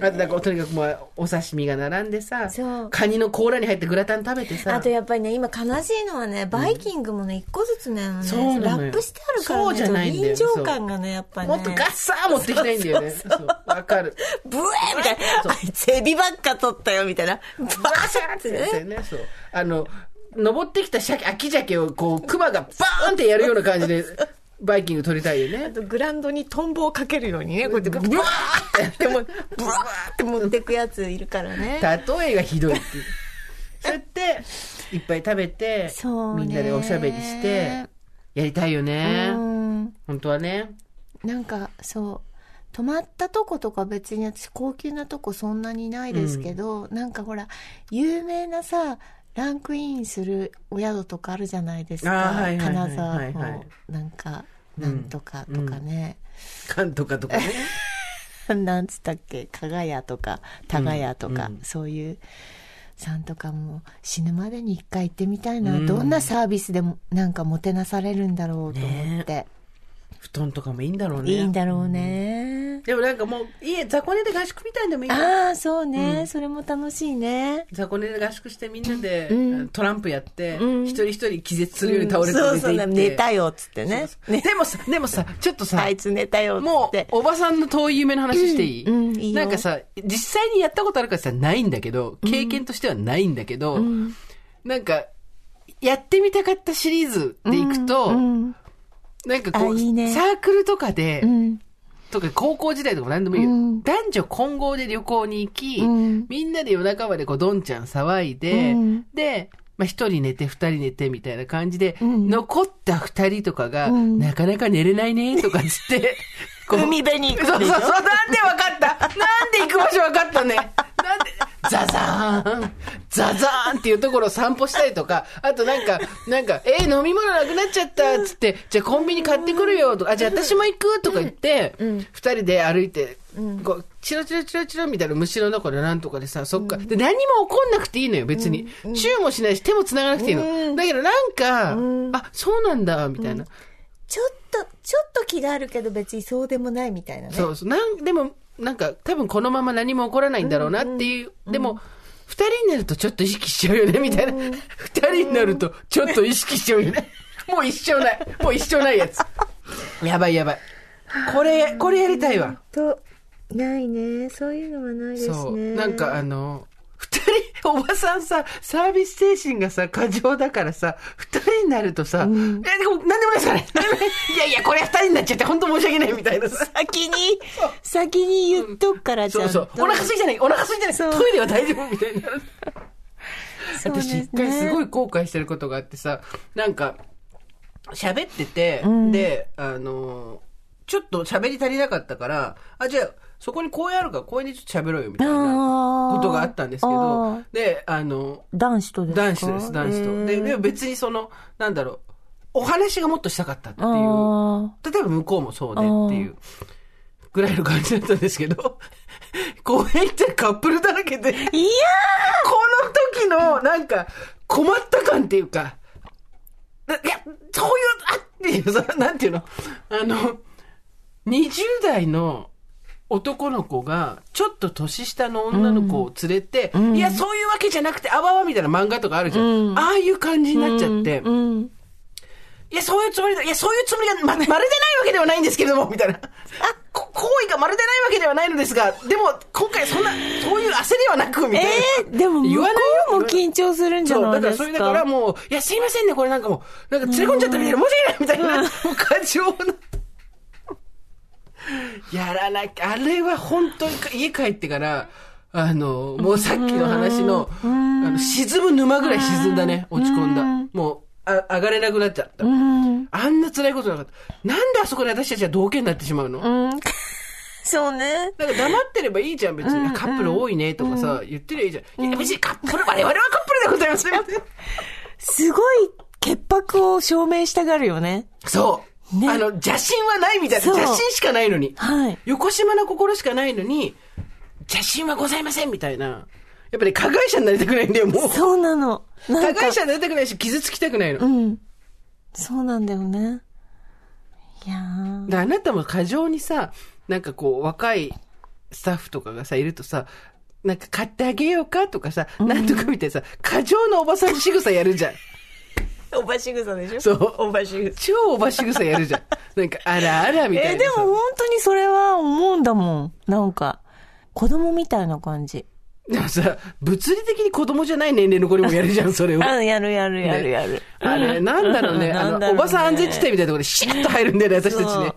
Speaker 2: あとなんかとにかくもうお刺身が並んでさ
Speaker 3: そう
Speaker 2: カニの甲羅に入ってグラタン食べてさ
Speaker 3: あとやっぱりね今悲しいのはねバイキングもね一個ずつね,、
Speaker 2: そうな
Speaker 3: ラ
Speaker 2: のよ
Speaker 3: ップしてあるから、ね、
Speaker 2: そうじゃないんだよ
Speaker 3: ちょっと臨場感がねやっぱね
Speaker 2: もっとガッサー持ってきたいんだよねそうわかる
Speaker 3: ブエーみたい
Speaker 2: そう
Speaker 3: なあいつエビばっか取ったよみたいなバシャーって
Speaker 2: そう
Speaker 3: ね
Speaker 2: ねそうあの登ってきた鮭秋鮭をこうクマがバーンってやるような感じでバイキング取りたいよね
Speaker 3: グラウンドにトンボをかけるようにねこうやってブワーってもうブワーって持ってくやついるからね
Speaker 2: 例えがひどいっていうそうやっていっぱい食べて
Speaker 3: そうね
Speaker 2: みんなでおしゃべりしてやりたいよね
Speaker 3: うん
Speaker 2: 本当はね
Speaker 3: なんかそう泊まったとことか別に私高級なとこそんなにないですけど、なんかほら有名なさランクインするお宿とかあるじゃないですか
Speaker 2: あーはいはいはい
Speaker 3: 金沢
Speaker 2: はいは
Speaker 3: の
Speaker 2: い
Speaker 3: なんかなんとかとかね、
Speaker 2: かんとかとかね。
Speaker 3: なんつったっけ、かがやとか、たがやとか、
Speaker 2: うんうん
Speaker 3: そういう、さんとかも死ぬまでに一回行ってみたいな、
Speaker 2: うん
Speaker 3: どんなサービスでもなんかもてなされるんだろうと思って。
Speaker 2: 布団とかもいいんだろうね。
Speaker 3: いいんだろうね。
Speaker 2: でもなんかもう、家、雑魚寝で合宿みたいでもいいよ
Speaker 3: ああ、そうね、それも楽しいね。
Speaker 2: 雑魚寝で合宿してみんなで、
Speaker 3: うん
Speaker 2: トランプやって、
Speaker 3: うん
Speaker 2: 一人一人気絶するように倒れて
Speaker 3: そう
Speaker 2: 出て
Speaker 3: そ
Speaker 2: いうって、
Speaker 3: だ、寝たよっつって
Speaker 2: そう
Speaker 3: ね。
Speaker 2: そうでもさ、でもさ、ちょっとさ、
Speaker 3: あいつ寝たよっつ
Speaker 2: も
Speaker 3: っ
Speaker 2: う
Speaker 3: て、。
Speaker 2: おばさんの遠い夢の話していい、
Speaker 3: うんうんいいよ
Speaker 2: なんかさ、実際にやったことあるからさ、ないんだけど、経験としてはないんだけど、なんか、やってみたかったシリーズでいくと、
Speaker 3: うん、
Speaker 2: なんかこう
Speaker 3: あいいね
Speaker 2: サークルとかで、
Speaker 3: うん、
Speaker 2: とか高校時代とかも何でもいいよ。
Speaker 3: うん
Speaker 2: 男女混合で旅行に行き、
Speaker 3: うん
Speaker 2: みんなで夜中までこう、どんちゃん騒いで、
Speaker 3: うん
Speaker 2: で、まあ、一人寝て二人寝てみたいな感じで、
Speaker 3: ん
Speaker 2: 残った二人とかが、
Speaker 3: ん
Speaker 2: なかなか寝れないね、とかつ って、こう
Speaker 3: 海辺に行
Speaker 2: そう
Speaker 3: く
Speaker 2: そうん
Speaker 3: で
Speaker 2: そう、
Speaker 3: し
Speaker 2: な
Speaker 3: ょ
Speaker 2: んでわかったなんで行く場所わかったねなんで、ザザーンザザーンっていうところを散歩したりとか、あとなんか、なんか、えー飲み物なくなっちゃったっつって、じゃあコンビニ買ってくるよとか、あ、じゃあ私も行くとか言って、二、人で歩いて、こう、チロチロチロチロみたいな虫の中でなんとかでさ、そっか。で、何も起こんなくていいのよ、別に。チューもしないし、手も繋がなくていいの。だけどなんか、あ、そうなんだ、みたいな。
Speaker 3: ちょっと、ちょっと気があるけど別にそうでもないみたいなね。
Speaker 2: そうそうなんでもなんか多分このまま何も起こらないんだろうなっていう、でも二人になるとちょっと意識しちゃうよねみたいな二人になるとちょっと意識しちゃうよね もう一生ないもう一生ないやつやばいやばいこれこれやりたいわ
Speaker 3: と、ないね。そういうのはないですね。
Speaker 2: そうなんかあの二人おばさんさサービス精神がさ過剰だからさ二人になるとさ、えでも何でもないですからね何でもない いやいやこれ二人になっちゃって本当申し訳ないみたいなさ
Speaker 3: 先に、先に言っとくから、ちゃ
Speaker 2: そ
Speaker 3: ん
Speaker 2: う
Speaker 3: と。
Speaker 2: そう。お腹空いてない、お腹空いてない、
Speaker 3: そう
Speaker 2: トイレは大丈夫みたいな。
Speaker 3: そうです
Speaker 2: 私
Speaker 3: ね
Speaker 2: 一回すごい後悔してることがあってさ、なんか、喋ってて、で、あの、ちょっと喋り足りなかったから、あ、じゃあ、そこに公園あるから公園でちょっと喋ろうよみたいな
Speaker 3: あー
Speaker 2: ことがあったんですけ
Speaker 3: あ
Speaker 2: ど
Speaker 3: ー、
Speaker 2: で、あの、
Speaker 3: 男子とですか
Speaker 2: 男子とです、男子と。で、でも別にその、なんだろう、お話がもっとしたかったっていう。
Speaker 3: あ
Speaker 2: 例えば向こうもそうでっていうぐらいの感じだったんですけど、 公園行ったらカップルだらけで、こ
Speaker 3: ーいや
Speaker 2: の時のなんか困った感っていうか、ないや、そういう、あっていう、そのなんていうの、あの、20代の男の子が、ちょっと年下の女の子を連れて、いや、そういうわけじゃなくて、あわわみたいな漫画とかあるじゃん。ああいう感じになっちゃって、
Speaker 3: うん。
Speaker 2: いや、そういうつもりだ。いや、そういうつもり が、ま、まるでないわけではないんですけれども、みたいな。あ、こ行為がまるでないわけではないのですが、でも、今回そんな、そういう焦りはなく、みたいな。
Speaker 3: えー、でも向こうも緊張するんじゃ
Speaker 2: そう、
Speaker 3: ない
Speaker 2: だか
Speaker 3: で
Speaker 2: ら
Speaker 3: す
Speaker 2: そ
Speaker 3: か。
Speaker 2: れだからもう、いや、すいませんね、これなんかもう、なんか連れ込んじゃったみたいな、申し訳ないみたいな、もう過剰な。やらなきゃ、あれは本当に家帰ってから、あの、もうさっきの話の、あの沈む沼ぐらい沈んだね、落ち込んだ。もう、あ上がれなくなっちゃった。あんな辛いことなかった。なんであそこで私たちは同居になってしまうの、
Speaker 3: うん。そうね。
Speaker 2: なんか黙ってればいいじゃん、別に。カップル多いね、とかさ、言ってりゃいいじゃん。いや、別にカップル、我々はカップルでございますね。
Speaker 3: すごい潔白を証明したがるよね。
Speaker 2: そう。
Speaker 3: ね
Speaker 2: あの、邪心はないみたいな。
Speaker 3: そう
Speaker 2: 邪心しかないのに。
Speaker 3: はい。
Speaker 2: 横島な心しかないのに、邪心はございませんみたいな。やっぱり加害者になりたくないんだよ、もう。
Speaker 3: そうなの。な
Speaker 2: 加
Speaker 3: んか
Speaker 2: 害者になりたくないし、傷つきたくないの。
Speaker 3: うん。そうなんだよね。いやー。
Speaker 2: であなたも過剰にさ、なんかこう、若いスタッフとかがさ、いるとさ、なんか買ってあげようかとかさ、なんとかみたいなさ、過剰なおばさん仕草やるじゃん。
Speaker 3: おばしぐさでしょ
Speaker 2: そう
Speaker 3: おばしぐさ。
Speaker 2: 超おば仕草やるじゃん。なんか、あらあらみたいな
Speaker 3: え
Speaker 2: さ。
Speaker 3: ーでも本当にそれは思うんだもん。なんか、子供みたいな感じ。
Speaker 2: でもさ、物理的に子供じゃない年齢の子にもやるじゃん、それを。
Speaker 3: あ、やるやるやるやる。
Speaker 2: あれ、なんだろうね。
Speaker 3: うん
Speaker 2: あ
Speaker 3: な
Speaker 2: の、
Speaker 3: んだろう
Speaker 2: お
Speaker 3: ね
Speaker 2: ばさん安全地帯みたいなところでシャッと入るんだよね、私たちね。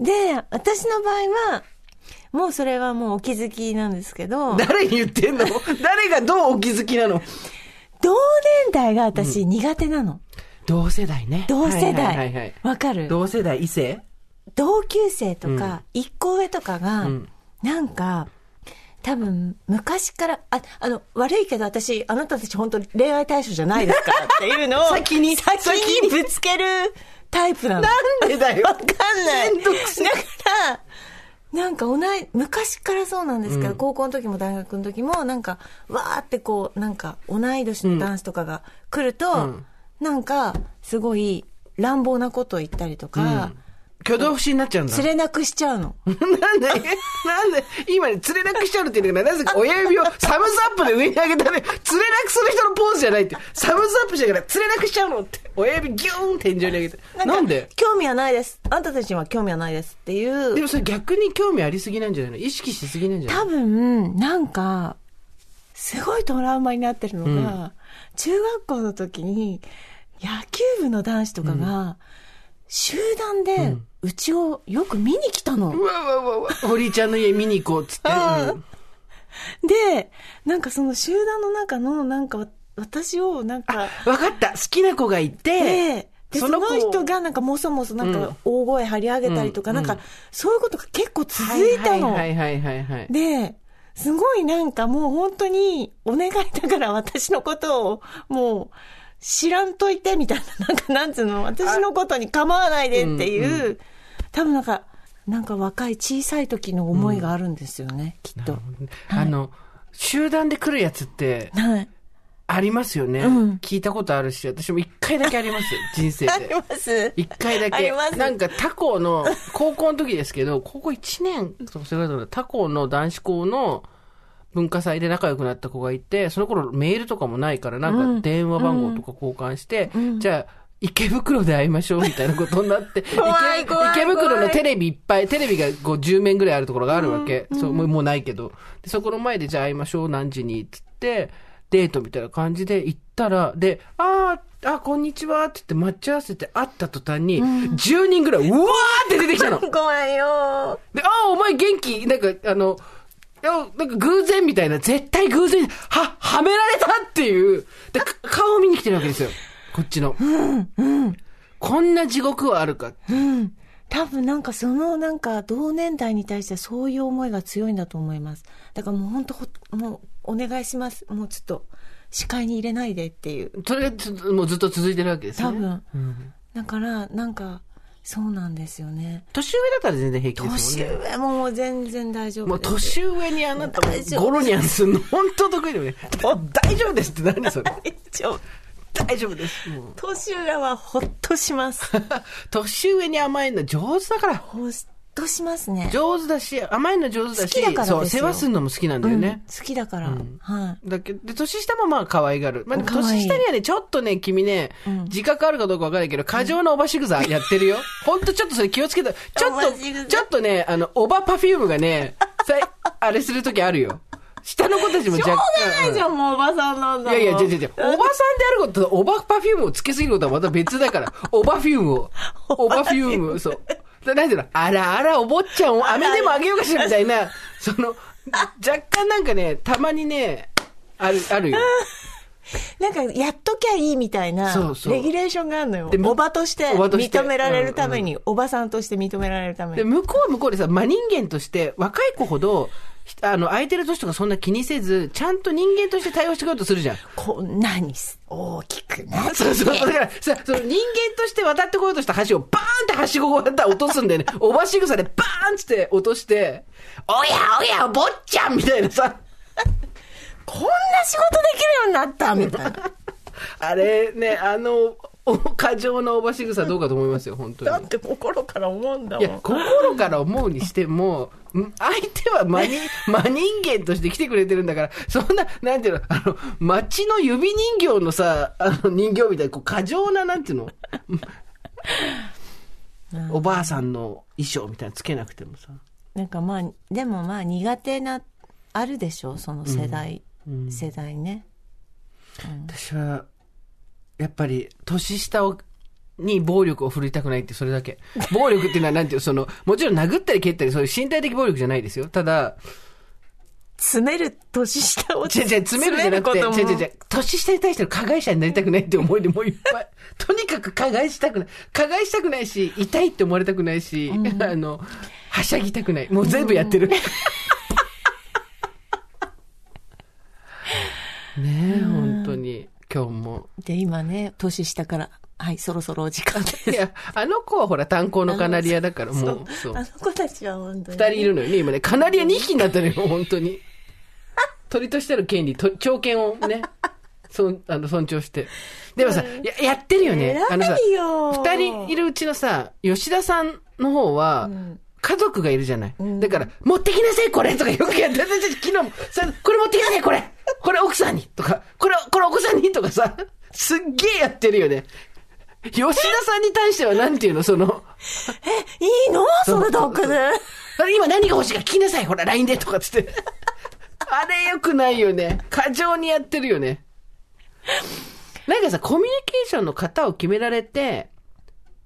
Speaker 3: で、私の場合は、もうそれはもうお気づきなんですけど、同年
Speaker 2: 誰に言ってんの誰がどうお気づきなの
Speaker 3: 代が私苦手なの。
Speaker 2: 同世代ね。
Speaker 3: 同世
Speaker 2: はいはいはいは
Speaker 3: 代
Speaker 2: い。
Speaker 3: わかる
Speaker 2: 同世代、異性
Speaker 3: 同級生とか、一個上とかが、
Speaker 2: ん
Speaker 3: なんか、多分、昔から、あ、あの、悪いけど私、 あなたたち本当に恋愛対象じゃないですからっていうのを、
Speaker 2: 先に
Speaker 3: 先にぶつけるタイプなの。
Speaker 2: なんでだよ。
Speaker 3: わかんない。だから、なんか同い、昔からそうなんですけど、
Speaker 2: うん
Speaker 3: 高校の時も大学の時も、なんか、わーってこう、なんか、同い年の男子とかが来ると、
Speaker 2: うん
Speaker 3: なんか、すごい乱暴なことを言ったりとか、
Speaker 2: 挙動不審になっちゃうんだ。
Speaker 3: 連れなくしちゃうの。
Speaker 2: なんで、なんで、今ね、連れなくしちゃうって言うのが、なぜか親指をサムズアップで上に上げたね、連れなくする人のポーズじゃないって、サムズアップじゃなくて、連れなくしちゃうのって、親指ギューン天井に上げて。な
Speaker 3: か
Speaker 2: んで
Speaker 3: 興味はないです。あんたたちには興味はないですっていう。
Speaker 2: でもそれ逆に興味ありすぎなんじゃないの意識しすぎなんじゃない
Speaker 3: 多分、なんか、すごいトラウマになってるのが、中学校の時に、野球部の男子とかが、集団で、うちをよく見に来たの。
Speaker 2: うわうわうわうわ、堀井ちゃんの家見に行こうっつって。うん
Speaker 3: で、なんかその集団の中の、なんか、私を、なんか、
Speaker 2: わかった、好きな子がいて、
Speaker 3: で、で
Speaker 2: そ
Speaker 3: そ
Speaker 2: の
Speaker 3: の
Speaker 2: 子
Speaker 3: 人がなんかもそもそなん
Speaker 2: う
Speaker 3: か
Speaker 2: ん
Speaker 3: 大声張り上げたりとか、
Speaker 2: うん
Speaker 3: なん
Speaker 2: うん
Speaker 3: かそういうことが結構続いたの。
Speaker 2: はいはいはいはいはい。
Speaker 3: で、すごいなんかもう本当にお願いだから私のことをもう知らんといてみたいな、 なんかなんつうの、私のことに構わないでっていう、多分なんか、なんか若い小さい時の思いがあるんですよね、きっと。
Speaker 2: あの、集団で来るやつって、
Speaker 3: はい。
Speaker 2: ありますよね、
Speaker 3: うん
Speaker 2: 聞いたことあるし、私も一回だけあ りますよ、人生
Speaker 3: あ
Speaker 2: で
Speaker 3: り。ます
Speaker 2: 一回だけ。
Speaker 3: あります
Speaker 2: なんか他校の、高校の時ですけど、高校1年とかそれぐらいだったかな他校の男子校の文化祭で仲良くなった子がいて、その頃メールとかもないから、なんか電話番号とか交換して、じゃあ、池袋で会いましょうみたいなことになって、
Speaker 3: 怖い
Speaker 2: 池
Speaker 3: 怖い
Speaker 2: 池袋のテレビいっぱい、テレビがこう10面ぐらいあるところがあるわけ。そうもうもうないけど。で、そこの前でじゃあ会いましょう、何時に、つって、デートみたいな感じで行ったら、で、あー、あ、こんにちはって言って待ち合わせて会った途端に、10人ぐらい、うわーって出てきたの。
Speaker 3: 怖いよ
Speaker 2: で、ああ、お前元気なんか、あの、いやなんか偶然みたいな、絶対偶然、は、はめられたっていう、で、か顔を見に来てるわけですよ。こっちの。こんな地獄はあるか。
Speaker 3: うん。多分なんかそのなんか同年代に対してそういう思いが強いんだと思います。だからもう本当ほ、もうお願いします。もうちょっと視界に入れないでっていう。
Speaker 2: それがずもうずっと続いてるわけですね。
Speaker 3: 多分。
Speaker 2: うん。
Speaker 3: だから、なんか、そうなんですよね。
Speaker 2: 年上だったら全然平気です
Speaker 3: 年
Speaker 2: もんね。
Speaker 3: 上ももう全然大丈
Speaker 2: も
Speaker 3: 夫
Speaker 2: う
Speaker 3: です。
Speaker 2: 年上にあなたも
Speaker 3: 大丈夫
Speaker 2: ゴロニャンするの本当得意だよね。お大丈夫ですって何それ。
Speaker 3: 年上。
Speaker 2: 大丈夫です。もう
Speaker 3: 年上はほっとします。
Speaker 2: 年上に甘えるの上手だから。
Speaker 3: ほっとしますね。
Speaker 2: 上手だし、甘えるの上手だし、
Speaker 3: 好きだからです
Speaker 2: そ
Speaker 3: よ
Speaker 2: う、世話するのも好きなんだよね。
Speaker 3: うん好きだから。
Speaker 2: うん
Speaker 3: はい。
Speaker 2: だけど、で、年下もまあ可愛がる。まあ、でも
Speaker 3: 可愛い
Speaker 2: 年下にはね、ちょっとね、君ね、
Speaker 3: ん
Speaker 2: 自覚あるかどうかわかんないけど、過剰なおばしぐさやってるよ。ほんとちょっとそれ気をつけた。ちょ
Speaker 3: お
Speaker 2: っ
Speaker 3: ばしぐさ
Speaker 2: と、ちょっとね、あの、おばパフュームがね、さいあれするときあるよ。下の子たちも若干。
Speaker 3: じゃあもうおばさんなん
Speaker 2: い
Speaker 3: だ
Speaker 2: やいや、
Speaker 3: じ
Speaker 2: じゃじゃじゃおばさんであることと、おばパフュームをつけすぎることはまた別だから。おばフュームを。おばフューム、そう。だなんていうのあらあら、お坊ちゃんを飴でもあげようかしらみたい な、その、若干なんかね、たまにね、ある、あるよ。
Speaker 3: なんか、やっときゃいいみたいな、
Speaker 2: そうそう
Speaker 3: レギュレーションがあるのよ
Speaker 2: で。
Speaker 3: おばとして
Speaker 2: おばとして
Speaker 3: 認められるために、おばさんとして認められるため
Speaker 2: で、
Speaker 3: に。
Speaker 2: 向こうは向こうでさ、真人間として、若い子ほど、ひあの、空いてる年とかそんな気にせず、ちゃんと人間として対応してくれようとするじゃん。
Speaker 3: こんなに大きくなって。
Speaker 2: そうそう。だから、さその人間として渡ってこようとした橋をバーンってはしごを落とすんだよね。おばしぐさでバーンって落として、おやおや、お坊ちゃんみたいなさ、
Speaker 3: こんな仕事できるようになったみたい な。
Speaker 2: あれね、あの、お過剰なおばしぐさどうかと思いますよ、本当
Speaker 3: だっ
Speaker 2: に。
Speaker 3: て心から思うんだ
Speaker 2: い
Speaker 3: も
Speaker 2: や、
Speaker 3: ん。
Speaker 2: 心から思うにしても、 ん相手は真人、真人間として来てくれてるんだから、そんな、なんていうの、あの、街の指人形のさ、あの人形みたいな、こう、過剰な、なんていうの、おばあさんの衣装みたいなのつけなくてもさ。
Speaker 3: なんかまあ、でもまあ苦手な、あるでしょその世代、世代ね。
Speaker 2: 私は、やっぱり、年下を、に暴力を振るいたくないって、それだけ。暴力っていうのは、なんていうの、その、もちろん殴ったり蹴ったり、そういう身体的暴力じゃないですよ。ただ、
Speaker 3: 詰める年下を。
Speaker 2: 違う違う、詰めるじゃなくて、違う違う違う、年下に対しての加害者になりたくないって思いでもういっぱい。 とにかく加害したくない。加害したくないし、痛いって思われたくないし、あの、はしゃぎたくない。もう全部やってる。 ねえ、本当に。今日も。
Speaker 3: で、今ね、年下からはい、そろそろお時間です。
Speaker 2: いや、あの子はほら、炭鉱のカナリアだから、もう、
Speaker 3: そ
Speaker 2: そう
Speaker 3: うあの。子たちは本当に
Speaker 2: 二。人いるのよね、今ね。カナリア2匹になったのよ、本当に。鳥としての権利、と長権をね、そんあの尊重して。でもさ、ややってるよね。あのさ、
Speaker 3: 偉いよ。
Speaker 2: 二人いるうちのさ、吉田さんの方は、家族がいるじゃない。だから、持ってきなさい、これとかよくやってた。私昨日も、さこれ持ってきなさい、これこれ奥さんにとか、これ、これお子さんにとかさ、すっげえやってるよね。吉田さんに対しては、なんていうの、その、
Speaker 3: いいのそのドッグで。
Speaker 2: あれ今何が欲しいか聞きなさい、ほら、LINE でとかっ つって。あれ良くないよね。過剰にやってるよね。なんかさ、コミュニケーションの型を決められて、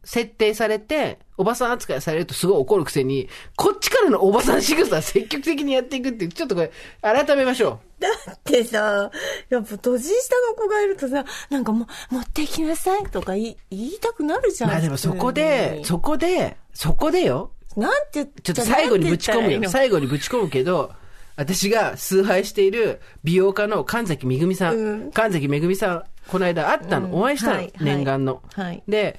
Speaker 2: 設定されて、おばさん扱いされるとすごい怒るくせに、こっちからのおばさん仕草積極的にやっていくっていう、ちょっとこれ、改めましょ
Speaker 3: だってさ、やっぱ年下の子がいるとさ、なんかもう、持ってきなさいとか言い言いたくなるじ
Speaker 2: う。
Speaker 3: ゃん。
Speaker 2: まあでもそこ
Speaker 3: 普通
Speaker 2: で、
Speaker 3: に
Speaker 2: そこで、そこでよ。
Speaker 3: なんて言っ
Speaker 2: ちょっと最後にぶち
Speaker 3: じゃ
Speaker 2: 込むよ。
Speaker 3: あなんて言ったらいいの
Speaker 2: 最後にぶち込むけど、私が崇拝している美容家の神崎めぐみさん。神崎めぐみさん、この間会ったの、お会いしたの、
Speaker 3: はい
Speaker 2: 念願の。
Speaker 3: はい
Speaker 2: で、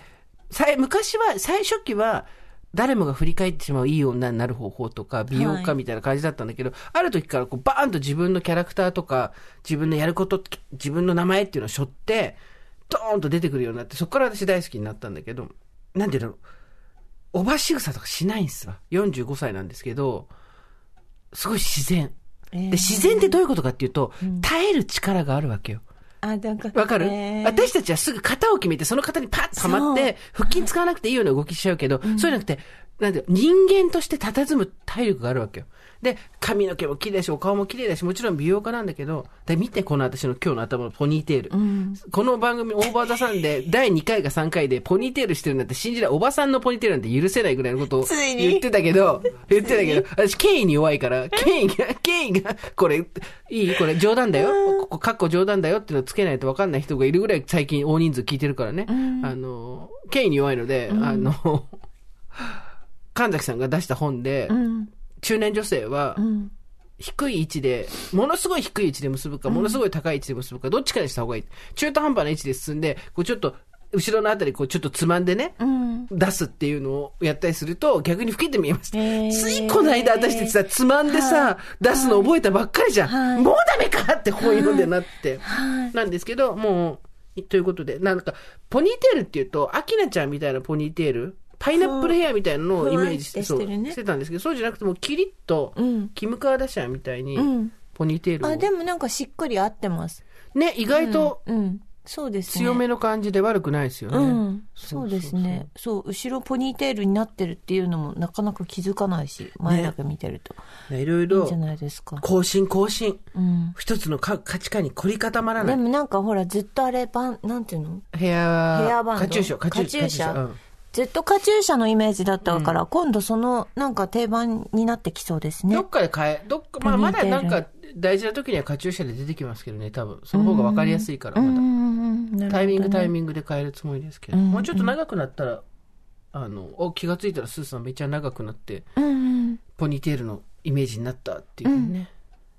Speaker 2: さい昔は、最初期は、誰もが振り返ってしまういい女になる方法とか、美容家みたいな感じだったんだけど、ある時からこうバーンと自分のキャラクターとか、自分のやること、自分の名前っていうのを背負って、ドーンと出てくるようになって、そこから私大好きになったんだけど、なんていうの、おばしぐさとかしないんすわ。45歳なんですけど、すごい自然。で、自然ってどういうことかっていうと、耐える力があるわけよ。
Speaker 3: あ、なんか。
Speaker 2: わかる、
Speaker 3: えー
Speaker 2: 私たちはすぐ型を決めて、その型にパッとはまって、腹筋使わなくていいような動きしちゃうけど、そうじゃなくて、なんていうの人間として佇む体力があるわけよ。で、髪の毛も綺麗だし、お顔も綺麗だし、もちろん美容家なんだけど、で、見て、この私の今日の頭のポニーテール。この番組、オーバーザさんで、第2回か3回で、ポニーテールしてるなんて信じない。おばさんのポニーテールなんて許せないぐらいのことを
Speaker 3: ついに
Speaker 2: 言ってたけど、言ってたけど、私、権威に弱いから、権威が、権威が、これ、いいこれ、冗談だよ。ここ、かっこ冗談だよっていうのをつけないと分かんない人がいるぐらい最近大人数聞いてるからね。あの、権威に弱いので、あの、 神崎さんが出した本で、中年女性は、低い位置で、ものすごい低い位置で結ぶか、ものすごい高い位置で結ぶか、どっちかにした方がいい。中途半端な位置で進んで、こうちょっと、後ろのあたり、こうちょっとつまんでね、出すっていうのをやったりすると、逆に老けて見えます。
Speaker 3: へー
Speaker 2: ついこの間私たちさ、つまんでさ、出すの覚えたばっかりじゃん。
Speaker 3: はい
Speaker 2: もうダメかって本読んでなって。
Speaker 3: はい
Speaker 2: なんですけど、もう、ということで、なんか、ポニーテールっていうと、アキナちゃんみたいなポニーテール、パイナップルヘアみたいなのをイメージして、
Speaker 3: ふ
Speaker 2: そ
Speaker 3: わっ
Speaker 2: う、
Speaker 3: てしてるね
Speaker 2: してたんですけど、そうじゃなくてもうキリッと、
Speaker 3: うん
Speaker 2: キム・カーダシャンみたいに
Speaker 3: うん、
Speaker 2: ポニーテールを、
Speaker 3: あ、でもなんかしっくり合ってます。
Speaker 2: ね、意外と
Speaker 3: うん。そうですね。
Speaker 2: 強めの感じで悪くないですよね。
Speaker 3: うん。そうですね。そう、後ろポニーテールになってるっていうのもなかなか気づかないし、前だけ見てると。
Speaker 2: ねいろい
Speaker 3: いいんじゃ
Speaker 2: ろ、
Speaker 3: ないですか。
Speaker 2: 更新更新。
Speaker 3: うん。
Speaker 2: 一つのか価値観に凝り固まらな
Speaker 3: で
Speaker 2: い。
Speaker 3: もなんかほら、ずっとあれ、バン、なんていうの
Speaker 2: ヘア、
Speaker 3: ヘアバンド
Speaker 2: カチューシャ、カチューシ
Speaker 3: カチ
Speaker 2: ャ。
Speaker 3: ューシャ
Speaker 2: うん
Speaker 3: ずっとカチューシャのイメージだったから、今度その、なんか定番になってきそうですね
Speaker 2: ど。っかで変え、どっか、まあ、
Speaker 3: ポニ
Speaker 2: ま
Speaker 3: ーテ
Speaker 2: だ
Speaker 3: ール
Speaker 2: なんか、大事な時にはカチューシャで出てきますけどね、多分。その方が分かりやすいから、まだ。タイミングタイミングで変えるつもりですけど、もうちょっと長くなったら、あの、お気がついたらスーさんめっちゃ長くなって、ポニーテールのイメージになったっていうね、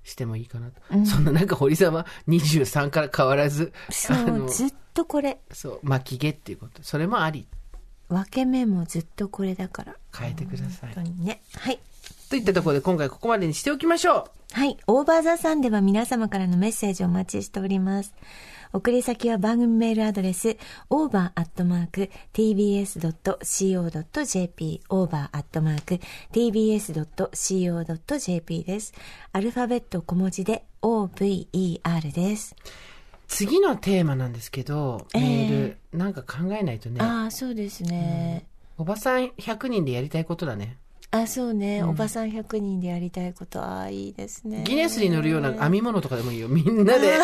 Speaker 2: してもいいかなと。そんななんか堀さんは23から変わらず、
Speaker 3: そ
Speaker 2: あ
Speaker 3: う、
Speaker 2: の、
Speaker 3: ずっとこれ。
Speaker 2: そう、巻き毛っていうこと。それもあり、
Speaker 3: 分け目もずっとこれだから。
Speaker 2: 変えてください。
Speaker 3: 本当にね。はい。
Speaker 2: といったところで今回ここまでにしておきましょう。
Speaker 3: はい。オーバーザさんでは皆様からのメッセージをお待ちしております。送り先は番組メールアドレス over.tbs.co.jp over.tbs.co.jp です。アルファベット小文字で over です。
Speaker 2: 次のテーマなんですけど、
Speaker 3: ええ
Speaker 2: メール、なんか考えないとね、
Speaker 3: ああ、そうですね。
Speaker 2: おばさん100人でやりたいことだね。
Speaker 3: あそうね、おばさん100人でやりたいことああいいですね
Speaker 2: ギネスに乗るような編み物とかでもいいよ。みん なで、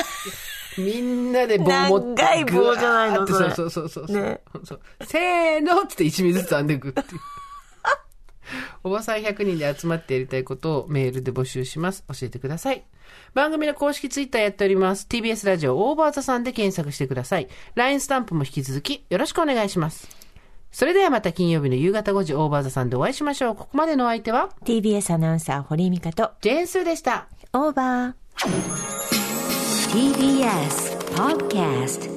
Speaker 2: みんなで棒持って。
Speaker 3: 長い棒じゃないの
Speaker 2: ぐわーって
Speaker 3: それ
Speaker 2: そうそうそうそう。そうせーのっつって一味ずつ編んでいくっ ていう。おばさん100人で集まってやりたいことをメールで募集します。教えてください。番組の公式ツイッターやっております。TBS ラジオオーバーザさんで検索してください。LINE スタンプも引き続きよろしくお願いします。それではまた金曜日の夕方5時オーバーザさんでお会いしましょう。ここまでのお相手は
Speaker 3: TBS アナウンサー堀井美香と
Speaker 2: ジェーンスーでした。
Speaker 3: オーバー
Speaker 7: TBS Podcast